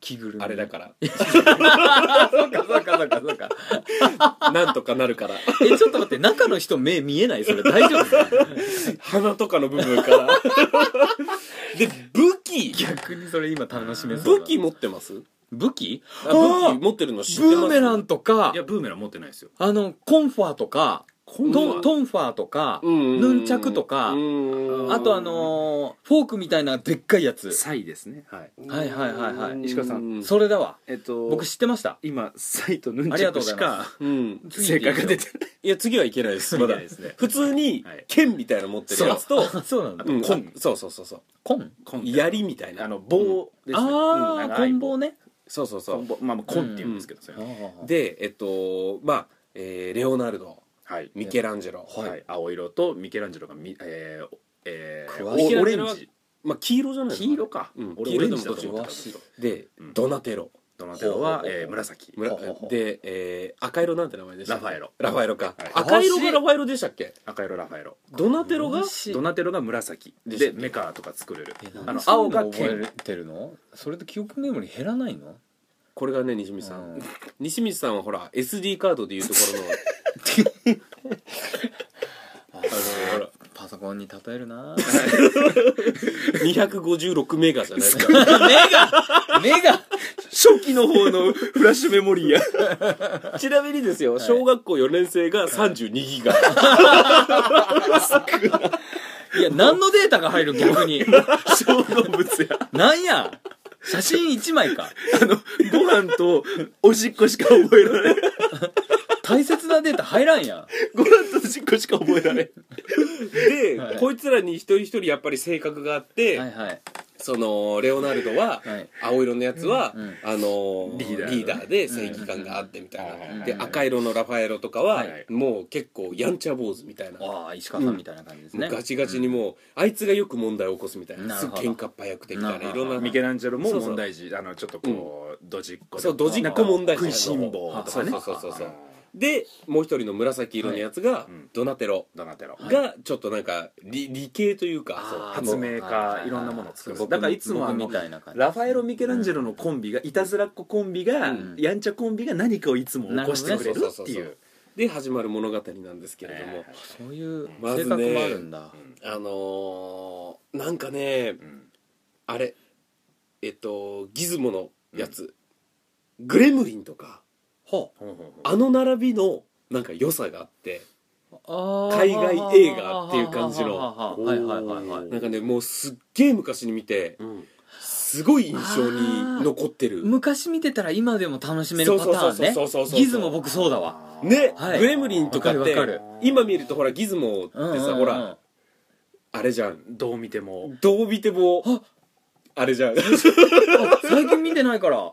Speaker 2: 着ぐるみ
Speaker 1: あれだから
Speaker 2: らそうかそうかそうかそうか
Speaker 1: なんとかなるから
Speaker 2: えちょっと待って中の人目見えないそれ大丈夫
Speaker 1: 鼻とかの部分から [LAUGHS] で武器
Speaker 2: 逆にそれ今楽しめそう
Speaker 1: 武
Speaker 2: だ
Speaker 1: 器持ってます
Speaker 2: 武器
Speaker 1: あ
Speaker 2: あー
Speaker 1: 武器持ってるの知って
Speaker 2: ブ
Speaker 1: ます
Speaker 2: ーメランとか
Speaker 3: いやブーメラン持ってないですよ
Speaker 2: あのコンファーとかト
Speaker 1: ンファー
Speaker 2: ントンファーとか
Speaker 1: うんうんうん
Speaker 2: ヌンチャクとか
Speaker 1: うん
Speaker 2: あとあのーフォークみたいなでっかいやつ
Speaker 3: サイですねはい
Speaker 2: はいはいはいは
Speaker 1: う
Speaker 2: い
Speaker 3: 石川さん
Speaker 2: それだわ
Speaker 3: えっと
Speaker 2: 僕知ってました
Speaker 3: 今サイとヌン
Speaker 2: あり
Speaker 3: チ
Speaker 2: が
Speaker 3: ャ
Speaker 2: とう
Speaker 3: ク
Speaker 2: ございま
Speaker 3: しか
Speaker 1: うん
Speaker 3: 正解が出てない
Speaker 1: いや次はいけないですま
Speaker 3: み
Speaker 1: だ
Speaker 3: たいですね
Speaker 1: 普通に
Speaker 3: はい
Speaker 1: 剣みたいなの持ってるやつと、
Speaker 2: あ [LAUGHS] そうなんだ
Speaker 1: うん
Speaker 3: コン
Speaker 1: あそうそうそうそう
Speaker 2: コン
Speaker 3: コン
Speaker 1: 槍みたいな
Speaker 3: あの棒ですねうん
Speaker 2: ああ
Speaker 3: 長
Speaker 2: コ
Speaker 3: い
Speaker 2: ンボね
Speaker 1: そうそうそ
Speaker 3: コン
Speaker 1: う
Speaker 3: ボまあまあコンって言うんですけどそれは
Speaker 2: で
Speaker 1: でえっとまあ、えーレオナルド
Speaker 3: はい
Speaker 1: ミケランジェロ、
Speaker 2: はい
Speaker 3: はい青色とミケランジェロがみえーえー
Speaker 2: 詳
Speaker 1: しい
Speaker 3: オオレンジ
Speaker 1: まあ黄色じゃないのかな
Speaker 3: 黄色か
Speaker 1: うん
Speaker 3: 俺
Speaker 1: 黄
Speaker 3: オ
Speaker 1: 色
Speaker 3: レ
Speaker 1: で
Speaker 3: ン
Speaker 1: も
Speaker 3: ジだ
Speaker 1: どっちも
Speaker 3: と思って
Speaker 2: わした
Speaker 1: で、
Speaker 3: うん
Speaker 1: ドナテロ
Speaker 3: ドナテロは
Speaker 2: ほうほうほうほう
Speaker 3: えー紫
Speaker 1: むら
Speaker 2: ほうほうほう
Speaker 1: で、えー赤色なんて名前でしたっけ
Speaker 3: ラファエロ
Speaker 1: ラファエロか、
Speaker 3: はい
Speaker 1: 赤色がラファエロでしたっけ
Speaker 3: 赤色ラファエロ
Speaker 1: ドナテロが
Speaker 2: マジ
Speaker 3: ドナテロが紫
Speaker 1: でした
Speaker 3: で
Speaker 1: っけ
Speaker 3: メカとか作れる
Speaker 2: え
Speaker 3: あ
Speaker 2: なん
Speaker 3: の
Speaker 2: でそ
Speaker 3: 青
Speaker 2: んな
Speaker 3: が
Speaker 2: の覚え
Speaker 3: 剣
Speaker 2: てるのそれと記憶メモに減らないの
Speaker 1: これがね西光さん、
Speaker 2: うん
Speaker 1: 西光さんはほら SD カードでいうところのあのほ
Speaker 2: パソコンに例える [LAUGHS] な
Speaker 1: ら256メガじゃないですか
Speaker 2: [LAUGHS] 目が
Speaker 3: 初期の方のフラッシュメモリーや
Speaker 1: [LAUGHS] ちなみにですよ、小学校4年生が32ギガ
Speaker 2: いや何のデータが入る逆 [LAUGHS] に
Speaker 3: [LAUGHS] 小動物や
Speaker 2: なんや写真1枚か
Speaker 3: ご飯とおしっこしか覚えられない
Speaker 2: 大切なデータ入らんやん
Speaker 3: [LAUGHS] ご飯とおしっこしか覚えられない
Speaker 1: で、
Speaker 2: はい
Speaker 1: こいつらに一人一人やっぱり性格があって、
Speaker 2: はいはい
Speaker 1: そのレオナルドは
Speaker 2: はい
Speaker 1: 青色のやつは、
Speaker 2: うんうん
Speaker 1: あのー
Speaker 3: リーダーのね
Speaker 1: で正義感があってみたいな、
Speaker 3: うんうんうん
Speaker 1: で
Speaker 2: うんうん
Speaker 1: 赤色のラファエロとかは、
Speaker 3: はい
Speaker 1: もう結構やんちゃ坊主みたいな、
Speaker 2: ああ石川さんみたいな感じですね、
Speaker 1: ガチガチにもう、あいつがよく問題を起こすみたいな
Speaker 2: な
Speaker 1: す
Speaker 2: る
Speaker 1: ぐ
Speaker 2: ほど
Speaker 1: 喧嘩っ早くてみたいな
Speaker 2: ないるほど
Speaker 1: ろんな
Speaker 3: ミケランジェロも
Speaker 1: そうそう
Speaker 3: 問題児あのちょっとこうドジっ子で
Speaker 1: そうドジっ子問題児
Speaker 3: 食いしん坊とかね
Speaker 1: そうそうそうそうでもう一人の紫色のやつが、
Speaker 3: うん
Speaker 1: ドナテロ
Speaker 3: ドナテロ
Speaker 1: がちょっとなんか理理系というか
Speaker 2: あー
Speaker 1: そう
Speaker 3: 発明家いろんなものを作るだからいつもあ
Speaker 2: 僕
Speaker 3: の
Speaker 2: みたいな感じ
Speaker 3: ラファエロ・ミケランジェロのコンビがいたずらっ子コンビが、
Speaker 1: うん
Speaker 3: やんちゃコンビが何かをいつも起こしてくれる
Speaker 1: なるほ
Speaker 3: っ
Speaker 1: ど
Speaker 3: て
Speaker 1: ねそうそうそう
Speaker 3: いう
Speaker 1: そうで始まる物語なんですけれども、
Speaker 3: ええ
Speaker 2: そういう
Speaker 1: まずね
Speaker 2: 性格もあるんだ、
Speaker 1: あのーなんかね
Speaker 3: うん
Speaker 1: あれえっとギズモのやつ、グレムリンとか
Speaker 2: ほ
Speaker 3: ほうほうほう
Speaker 1: あの並びのなんか良さがあって
Speaker 2: うあー
Speaker 1: 海外映画っていう感じの
Speaker 2: はいはいはいはい
Speaker 1: なんかねもうすっげえ昔に見て
Speaker 3: うん
Speaker 1: すごい印象に残ってる
Speaker 2: 昔見てたら今でも楽しめるパタ
Speaker 1: そうそうそうそう
Speaker 2: ー
Speaker 1: そう
Speaker 2: ン
Speaker 1: そ
Speaker 2: ね
Speaker 1: う
Speaker 2: ギズも僕そうだわ
Speaker 1: ね、
Speaker 2: はい
Speaker 1: グレムリンとかっ
Speaker 2: わ
Speaker 1: て
Speaker 2: かるわかる
Speaker 1: 今見るとほらギズモってさ、
Speaker 2: うんうんうん
Speaker 1: ほらあれじゃん
Speaker 3: どう見ても
Speaker 1: どう見ても
Speaker 2: あ
Speaker 1: あれじゃん
Speaker 2: あ最近見てないから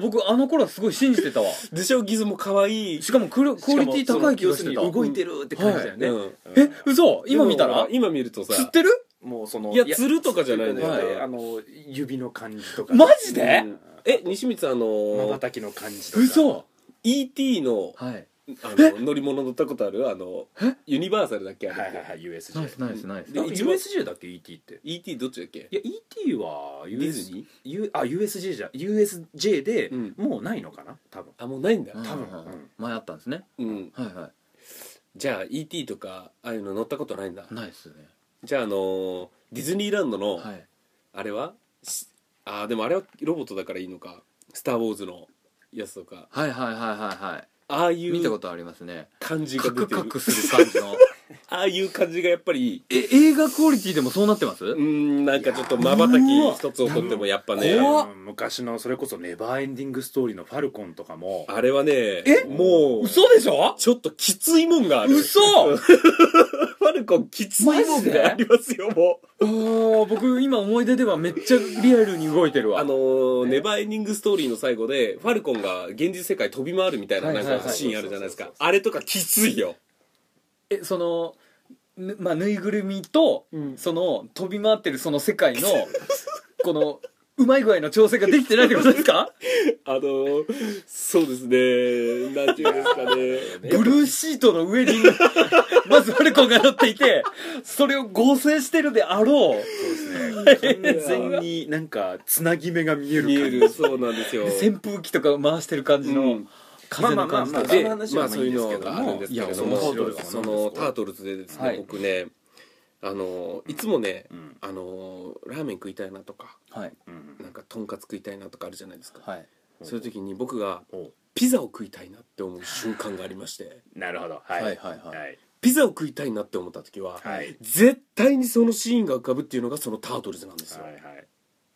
Speaker 2: 僕あの頃はすごい信じてたわ
Speaker 1: でしょギズモ可愛い
Speaker 2: しかもクルクオリティ高い気がし
Speaker 3: その
Speaker 2: てた
Speaker 3: 要するに動いてるって感じだよね、
Speaker 1: うん
Speaker 3: うん
Speaker 2: え嘘今見た
Speaker 1: でも
Speaker 2: ら
Speaker 1: ほ今見るとさ
Speaker 2: 釣ってる
Speaker 3: もうその
Speaker 1: いやつるとかじゃないんだよ
Speaker 2: ね
Speaker 3: はいあの指の感じとか
Speaker 2: マジで
Speaker 1: うんえ西光さんあの
Speaker 3: ま
Speaker 1: ー
Speaker 3: ばたきの感じとか
Speaker 2: 嘘
Speaker 1: ET の
Speaker 2: はい
Speaker 1: あの乗り物乗ったことあるあのユニバーサルだっけあ
Speaker 3: は
Speaker 1: れ、
Speaker 3: いはいはい USJ
Speaker 2: ナイスナイスナイス
Speaker 1: で
Speaker 3: あ USJ だっけ ET って
Speaker 1: ET どっちだっけ
Speaker 3: いや ET は
Speaker 1: ディズ
Speaker 3: US
Speaker 1: ニー
Speaker 3: U あ USJ じゃ USJ で
Speaker 1: うん
Speaker 3: もうないのかな多分
Speaker 1: あもうないんだ、
Speaker 2: うん
Speaker 3: 多分
Speaker 2: うん
Speaker 3: うん
Speaker 2: 前あったんですね
Speaker 1: うん、
Speaker 2: はいは
Speaker 1: じゃあ ET とかああいうの乗ったことないんだ
Speaker 2: いないっすね
Speaker 1: じゃああのーディズニーランドの、
Speaker 2: はい
Speaker 1: あれはしあーでもあれはロボットだからいいのか「スター・ウォーズ」のやつとか
Speaker 2: はいはいはいはいはい
Speaker 1: ああい
Speaker 2: 見たこ
Speaker 1: う
Speaker 2: とありますね
Speaker 1: 感じ
Speaker 2: カ
Speaker 1: が出
Speaker 2: ク
Speaker 1: てる
Speaker 2: カクする感じの
Speaker 1: ああいう感じがやっぱり
Speaker 2: え映画クオリティでもそうなってます
Speaker 1: うーんなんかちょっとまばたき一つ起こってもやっぱね
Speaker 2: 怖っ
Speaker 3: うん昔のそれこそネバーエンディングストーリーのファルコンとかも
Speaker 1: あれはね
Speaker 2: え
Speaker 1: もう
Speaker 2: 嘘でしょ
Speaker 1: ちょっときついもんがある
Speaker 2: 嘘
Speaker 1: ファルコンきついも
Speaker 2: マ
Speaker 1: ん
Speaker 2: ジで
Speaker 1: がありますよも
Speaker 2: [LAUGHS]
Speaker 1: う
Speaker 2: おー僕今思い出ではめっちゃリアルに動いてるわ
Speaker 1: あのーネバーエンディングストーリーの最後でファルコンが現実世界飛び回るみたいな
Speaker 2: はい
Speaker 1: な
Speaker 2: はい
Speaker 1: ん
Speaker 2: はい
Speaker 1: かシーンあるじゃないですかあれとかきついよ
Speaker 2: えそのぬ,、まあ、ぬいぐるみと、その飛び回ってるその世界のこのうまい具合の調整ができてないってことですか
Speaker 1: あのーそうですねなんていうんですかね
Speaker 2: ブルーシートの上に [LAUGHS] まずファルコンが乗っていてそれを合成してるであろう
Speaker 3: そうですね完全になんかつなぎ目が見える
Speaker 1: 見え
Speaker 3: 感じ
Speaker 1: るそうなんですよ
Speaker 2: 扇風機とか回してる感じの、
Speaker 1: うん
Speaker 2: 風の感じと
Speaker 3: まあ
Speaker 2: か
Speaker 3: まあまあ
Speaker 1: で
Speaker 3: その話
Speaker 1: ま
Speaker 3: は
Speaker 1: あ
Speaker 3: まあ
Speaker 1: そういうのがあるんですけれども
Speaker 2: いや面
Speaker 3: 白いわ
Speaker 1: そのタートルズでですね、
Speaker 2: はい
Speaker 1: 僕ねあのいつもね、
Speaker 3: うん
Speaker 1: あのラーメン食いたいなとか
Speaker 2: はい
Speaker 3: うん
Speaker 1: なんかとんかつ食いたいなとかあるじゃないですか、
Speaker 2: はい
Speaker 1: そういう時に僕が
Speaker 3: お
Speaker 1: ピザを食いたいなって思う瞬間がありまして
Speaker 3: なるほどは
Speaker 2: はい
Speaker 3: い
Speaker 2: はいはい
Speaker 3: はい
Speaker 1: ピザを食いたいなって思った時は、
Speaker 3: はい
Speaker 1: 絶対にそのシーンが浮かぶっていうのがそのタートルズなんですよ、
Speaker 3: はいはい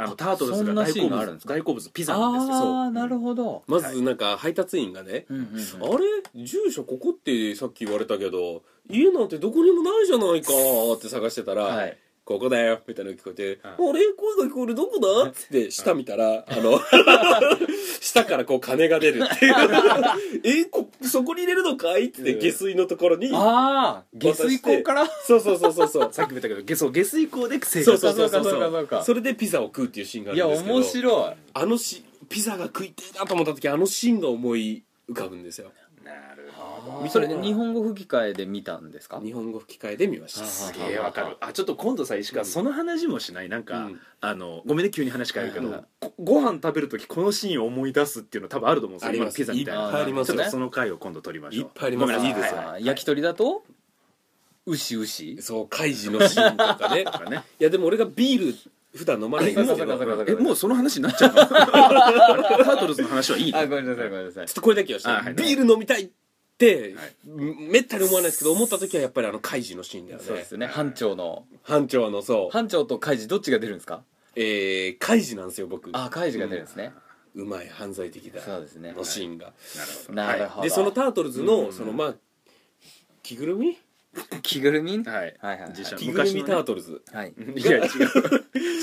Speaker 3: あのタートルズが
Speaker 2: そんなシー
Speaker 3: 大
Speaker 2: ンが
Speaker 3: 好
Speaker 2: あるんで
Speaker 3: 物
Speaker 2: すか
Speaker 3: 大好物ピザなんですよ
Speaker 2: あ
Speaker 1: そ
Speaker 2: あ
Speaker 1: う
Speaker 2: なるほど、
Speaker 1: まずなんか配達員がね、
Speaker 2: うんうんうん
Speaker 1: あれ住所ここってさっき言われたけど家なんてどこにもないじゃないかって探してたら、
Speaker 2: はい
Speaker 1: ここだよみたいなの聞こえて「あれ
Speaker 3: う
Speaker 1: 声が聞こえるどこだ?」っつって下見たらあ
Speaker 2: [LAUGHS]
Speaker 1: の下からこう金が出るっていう「えこそこに入れるのかい?」って言って下水のところに
Speaker 2: ああ下水口から
Speaker 1: そうそうそうそうそう
Speaker 3: さっきも言ったけど下そう下水口で生
Speaker 1: そう
Speaker 3: 活
Speaker 1: そうそうそう
Speaker 2: [LAUGHS] そうかそうかそ
Speaker 1: そ
Speaker 2: ううか
Speaker 1: それでピザを食うっていうシーンがあ
Speaker 2: い
Speaker 1: る
Speaker 2: や
Speaker 1: んですけど
Speaker 2: 面白い
Speaker 1: あのしピザが食いてえなと思った時あのシーンが思い浮かぶんですよ
Speaker 3: なるほど
Speaker 2: それ日本語吹き替えで見たんですか
Speaker 1: 日本語吹き替えで見ました
Speaker 3: すげえわかるあちょっと今度さ石川、
Speaker 1: うん
Speaker 3: その話もしないなんか、
Speaker 1: うん
Speaker 3: あのごめんね急に話変えるけど、
Speaker 1: うん
Speaker 3: こご飯食べる時このシーンを思い出すっていうの多分あると思うんです
Speaker 1: あ
Speaker 3: よ
Speaker 1: り
Speaker 3: 今
Speaker 1: ま
Speaker 3: の
Speaker 1: す
Speaker 3: ピザみたいな
Speaker 1: っぱいあります
Speaker 3: ちょ
Speaker 1: よ
Speaker 3: っ
Speaker 2: ね
Speaker 3: とその回を今度取りましょ
Speaker 1: い
Speaker 3: う
Speaker 1: っぱいあります
Speaker 3: ごめんなさいいいですよ、
Speaker 2: あー焼き鳥だと牛牛
Speaker 1: そうカイジのシーンとかね
Speaker 3: なんかね
Speaker 1: いやでも俺がビール普段飲まないんですけど
Speaker 2: そうそうそうそう
Speaker 3: えもうその話になっちゃうの [LAUGHS] あれタートルズの話はいいの
Speaker 2: あごめんなさいごめんなさい
Speaker 1: ちょっとこれだけはして、
Speaker 3: あはい
Speaker 1: ビール飲みたいって、
Speaker 3: はい
Speaker 1: めったに思わないですけど思った時はやっぱりあのカイジのシーンだよ
Speaker 2: そう
Speaker 1: ね
Speaker 2: ですよね班長の
Speaker 1: 班長のそう、
Speaker 2: 班長とカイジどっちが出るんですか
Speaker 1: えー、カイジなんですよ僕
Speaker 2: あカイジが出るんですね
Speaker 1: うまい犯罪的だ
Speaker 2: そうですね
Speaker 1: のシーンが、
Speaker 2: なるほど
Speaker 1: でそのタートルズ
Speaker 3: う
Speaker 1: の
Speaker 3: ん
Speaker 1: そのまあ着ぐるみ
Speaker 2: 着ぐるみ
Speaker 3: はい [LAUGHS] は
Speaker 2: は
Speaker 3: い
Speaker 2: いはい
Speaker 3: 自社
Speaker 1: 着ぐるみター
Speaker 3: 昔
Speaker 1: トルズ
Speaker 2: はい
Speaker 3: のねいや違う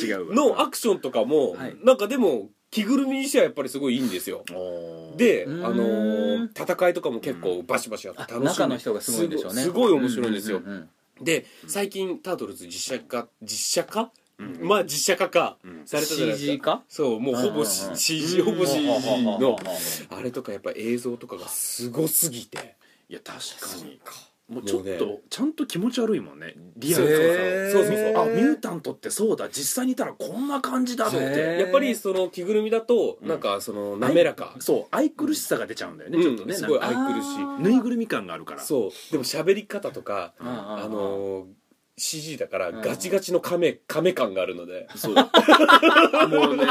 Speaker 3: 違うわ
Speaker 1: のアクションとかも、
Speaker 2: はい
Speaker 1: なんかでも着ぐるみにしてはやっぱりすごいいいんですよ
Speaker 3: おー
Speaker 1: で、あ
Speaker 2: うーん
Speaker 1: のー戦いとかも結構バシバシやって楽しいんで
Speaker 2: 中の人がすごいんでしょうね
Speaker 1: すごい面白いんですよ、
Speaker 2: うううん
Speaker 1: で最近タートルズ実写化実写化、
Speaker 3: うん
Speaker 1: まあ実写化か、
Speaker 3: うん
Speaker 1: されたじゃないですか
Speaker 2: CG 化
Speaker 1: そうもうほ
Speaker 2: うんうんう
Speaker 1: ぼ
Speaker 2: ん
Speaker 1: C- CG ほぼ CG
Speaker 2: うん
Speaker 1: のあれとかやっぱ映像とかがすごすぎて
Speaker 3: いや確かにもうちょっと、
Speaker 1: もうね
Speaker 3: ちゃんと気持ち悪いもんねリア
Speaker 1: そう
Speaker 3: ル
Speaker 1: そうそ
Speaker 3: な
Speaker 1: う
Speaker 2: へー
Speaker 1: そうそうそう
Speaker 3: あミュータントってそうだ実際にいたらこんな感じだって、
Speaker 2: へー
Speaker 1: やっぱりその着ぐるみだとなんかその滑らか、
Speaker 3: そう愛くるしさが出ちゃうんだよね、
Speaker 1: うん
Speaker 3: ちょっとね
Speaker 1: すごい
Speaker 3: なんか
Speaker 1: 愛くるしい
Speaker 2: あー
Speaker 3: ぬいぐるみ感があるから
Speaker 1: そうでも喋り方とか、
Speaker 2: うんうんうん
Speaker 1: あのー CG だからガチガチの亀、亀感があるので
Speaker 3: そ
Speaker 1: [LAUGHS]
Speaker 3: うもうね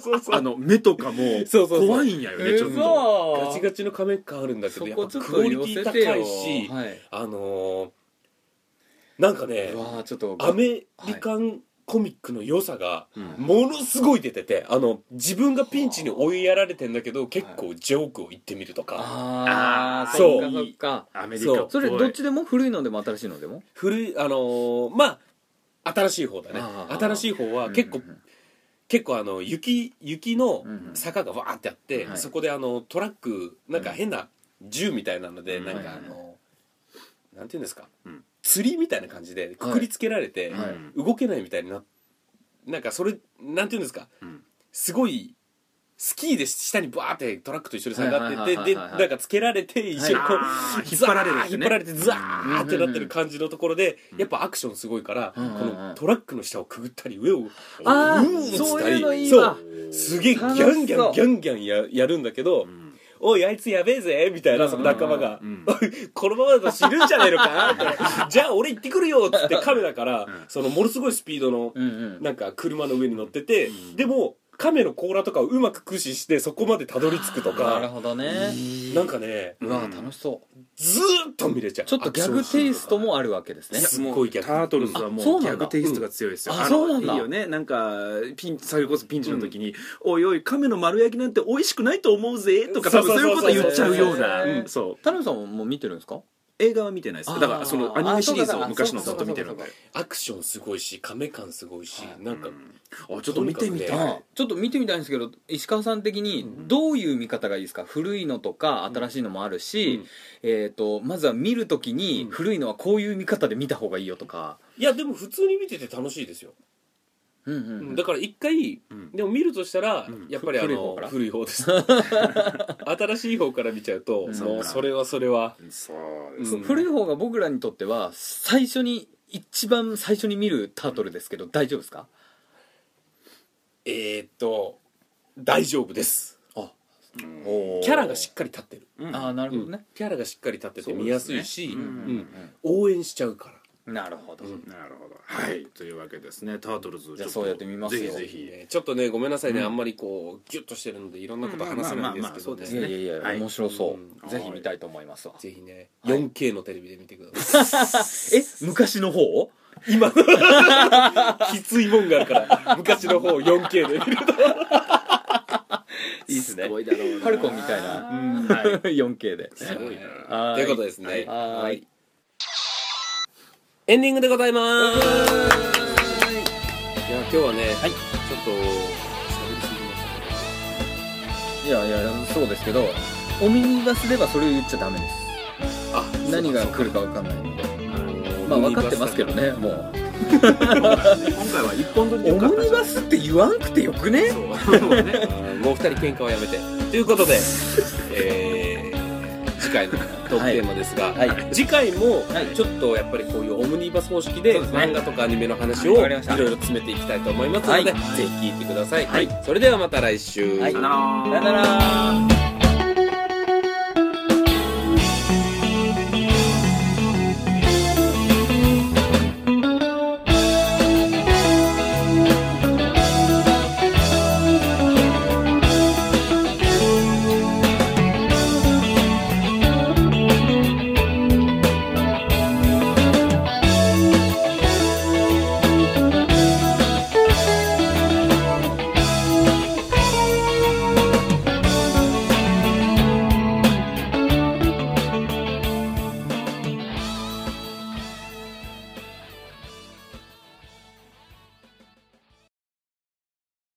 Speaker 1: そうそう
Speaker 3: あの目とかも
Speaker 1: そうそう
Speaker 3: 怖いんやよねちょっと
Speaker 1: ガチガチの亀感あるんだけ
Speaker 2: そ
Speaker 1: どやっ
Speaker 2: こち
Speaker 1: ぱ
Speaker 2: ょっ
Speaker 1: ク
Speaker 2: と
Speaker 1: オリテ
Speaker 2: 寄
Speaker 1: ィ
Speaker 2: せてよ
Speaker 1: 高いし、
Speaker 2: はい
Speaker 1: あのーなんかね
Speaker 2: うわーちょっと
Speaker 1: アメリカンコミックの良さが
Speaker 3: うん
Speaker 1: ものすごい出ててあの自分がピンチに追いやられてんだけど結構ジョークを言ってみるとか
Speaker 2: あ
Speaker 3: あ
Speaker 2: あ
Speaker 3: ー
Speaker 2: そうか
Speaker 3: そう
Speaker 2: そうか
Speaker 3: アメリカっぽい
Speaker 2: それどっちでも古いのでも新しいのでも
Speaker 1: 古いあのーまあ新しい方だね
Speaker 2: あー
Speaker 1: 新しい方は結
Speaker 2: う
Speaker 1: 構、
Speaker 2: んうんうん
Speaker 1: 結構あの雪雪の
Speaker 2: うんうん
Speaker 1: 坂がわーってあって、
Speaker 2: はい
Speaker 1: そこであのトラックなんか変な銃みたいなので、
Speaker 3: うん
Speaker 1: なんかあの、なんていうんですか、
Speaker 3: うん
Speaker 1: 釣りみたいな感じでくくりつけられて、
Speaker 2: はい
Speaker 1: 動けないみたいにななんかそれなんていうんですか
Speaker 3: うん
Speaker 1: すごいスキーで下にバーってトラックと一緒に下が
Speaker 2: は
Speaker 1: って
Speaker 2: い
Speaker 1: て
Speaker 2: はいはい
Speaker 1: で
Speaker 2: はいはい
Speaker 1: なんかつけられて一緒にこう、
Speaker 3: あー引っ張られるんです
Speaker 1: 引
Speaker 3: ね
Speaker 1: っ張られてザーってなってる感じのところで、やっぱアクションすごいから、
Speaker 2: うんうんうん
Speaker 1: このトラックの下をくぐったり上を
Speaker 2: あー
Speaker 1: うん打つたり
Speaker 2: そういうのいいわ
Speaker 1: そうすげえギャンギャンギャンギャンややるんだけど、
Speaker 3: うん
Speaker 1: 「おいあいつやべえぜ」みたいなその仲間が「おいこのままだと死ぬんじゃねえのか?」みたいな「じゃあ俺行ってくるよ」っつってカメだからそのものすごいスピードの
Speaker 2: うんうん
Speaker 1: なんか車の上に乗っててでも亀の甲羅とかをうまく駆使してそこまでたどり着くと
Speaker 2: なる
Speaker 1: か
Speaker 2: ほどね
Speaker 1: [LAUGHS] なんかね
Speaker 2: うわ楽しそう
Speaker 1: ずーっと見れちゃう
Speaker 2: ちょっとギャグテイストもあるわけですね
Speaker 1: すっごい逆
Speaker 3: タートルズは
Speaker 2: あそ
Speaker 3: も
Speaker 2: う
Speaker 3: うギ
Speaker 2: な
Speaker 3: ャ
Speaker 2: んだ
Speaker 3: グテイストが強いですよ、
Speaker 2: うん
Speaker 3: の
Speaker 2: あそうなんだ
Speaker 3: いいよねなんかピンそれこそピンチの時に「おいおい亀の丸焼きなんて美味しくないと思うぜ」とか
Speaker 1: そ
Speaker 3: 多
Speaker 1: うそう
Speaker 3: 分そう
Speaker 1: そ
Speaker 3: いううこと言っちゃうような
Speaker 2: そうそうそう
Speaker 3: うんそう
Speaker 2: 田辺さんももう見てるんですか
Speaker 3: 映画は見てないですだからそのアニメシリーズを昔のずっと見てるんで
Speaker 2: あ
Speaker 1: アクションすごいし亀感すごいしなんか
Speaker 3: うんあちょっと見てみ
Speaker 1: とにかく
Speaker 3: た
Speaker 1: ね
Speaker 3: い
Speaker 2: ちょっと見てみたいんですけど石川さん的にどういう見方がいいですか、古いのとか新しいのもあるし、えー、とまずは見るときに
Speaker 1: うん
Speaker 2: 古いのはこういう見方で見た方がいいよとか、
Speaker 1: いやでも普通に見てて楽しいですよ
Speaker 2: うんうん
Speaker 1: だから一回
Speaker 3: うん
Speaker 1: でも見るとしたら
Speaker 3: うん
Speaker 1: やっぱりあ
Speaker 2: 古い方
Speaker 1: の
Speaker 2: から
Speaker 1: 古い方です新しい方から見ちゃうと
Speaker 2: うん
Speaker 1: もうそれはそれは
Speaker 3: そ
Speaker 1: う
Speaker 3: う
Speaker 1: ん
Speaker 2: 古い方が僕らにとっては最初に一番最初に見るタートルですけど大丈夫ですか
Speaker 1: えーっと大丈夫です
Speaker 2: おー
Speaker 1: キャラがしっかり立ってる
Speaker 3: うん
Speaker 2: ああなるほどね、
Speaker 1: キャラがしっかり立ってて
Speaker 3: そうですね
Speaker 1: 見やすいし
Speaker 3: うん
Speaker 1: うん応援しちゃうから
Speaker 2: なるほど、
Speaker 1: うん
Speaker 3: なるほどはいというわけですねタートルズ
Speaker 2: じゃあ
Speaker 3: ちょと
Speaker 2: そうやってみますよ
Speaker 3: ぜひぜ
Speaker 1: いい
Speaker 3: ひ
Speaker 1: ねちょっとねごめんなさいね
Speaker 2: うん
Speaker 1: あんまりこうギュッとしてるのでいろんなこと話せないんですけ
Speaker 3: まあまあまあまあそ
Speaker 1: ど
Speaker 3: うで
Speaker 2: い
Speaker 3: す
Speaker 1: ね
Speaker 2: やいやいや、
Speaker 3: はい
Speaker 2: 面白そう、
Speaker 1: うん
Speaker 2: ぜひ見たいと思いますわ
Speaker 1: ぜひね
Speaker 2: はい
Speaker 1: 4K のテレビで見てください
Speaker 2: え昔の方
Speaker 1: 今きついもんがあるから昔の方を 4K で見ると
Speaker 2: いいっすね
Speaker 3: すごいだろうな
Speaker 2: ファルコンみたいな
Speaker 3: うんはい
Speaker 2: 4K で
Speaker 1: ごい
Speaker 2: は
Speaker 1: ということですね
Speaker 2: はい
Speaker 1: はいエンディングでございますいや今日はね
Speaker 2: はい
Speaker 1: ちょっと喋りすぎましたね
Speaker 2: いやいやそうですけどお耳がすればそれを言っちゃダメです
Speaker 1: あ
Speaker 2: 何が来るか分かんないのでまあ分かってますけどねもう
Speaker 3: 今回は一本撮り
Speaker 2: オ
Speaker 3: でよかった
Speaker 2: ムニバスって言わんくてよくね
Speaker 3: そうそう
Speaker 1: も
Speaker 3: ね
Speaker 1: う二人喧嘩はやめてというこ
Speaker 2: [LAUGHS]
Speaker 1: とで、えー次回のトークテーマですが、
Speaker 2: はいはい
Speaker 1: 次回も
Speaker 2: はい
Speaker 1: ちょっとやっぱりこういうオムニバス方式で
Speaker 2: そうですね
Speaker 1: 漫画とかアニメの話
Speaker 2: はい
Speaker 1: を
Speaker 2: わ
Speaker 1: い
Speaker 2: かりま
Speaker 1: ろい
Speaker 2: した
Speaker 1: ろ詰めていきたいと思いますので、
Speaker 2: はい
Speaker 1: ぜひ聞いてください、
Speaker 2: はい
Speaker 1: それではまた来週、
Speaker 2: はい
Speaker 3: さよなら
Speaker 2: さよなら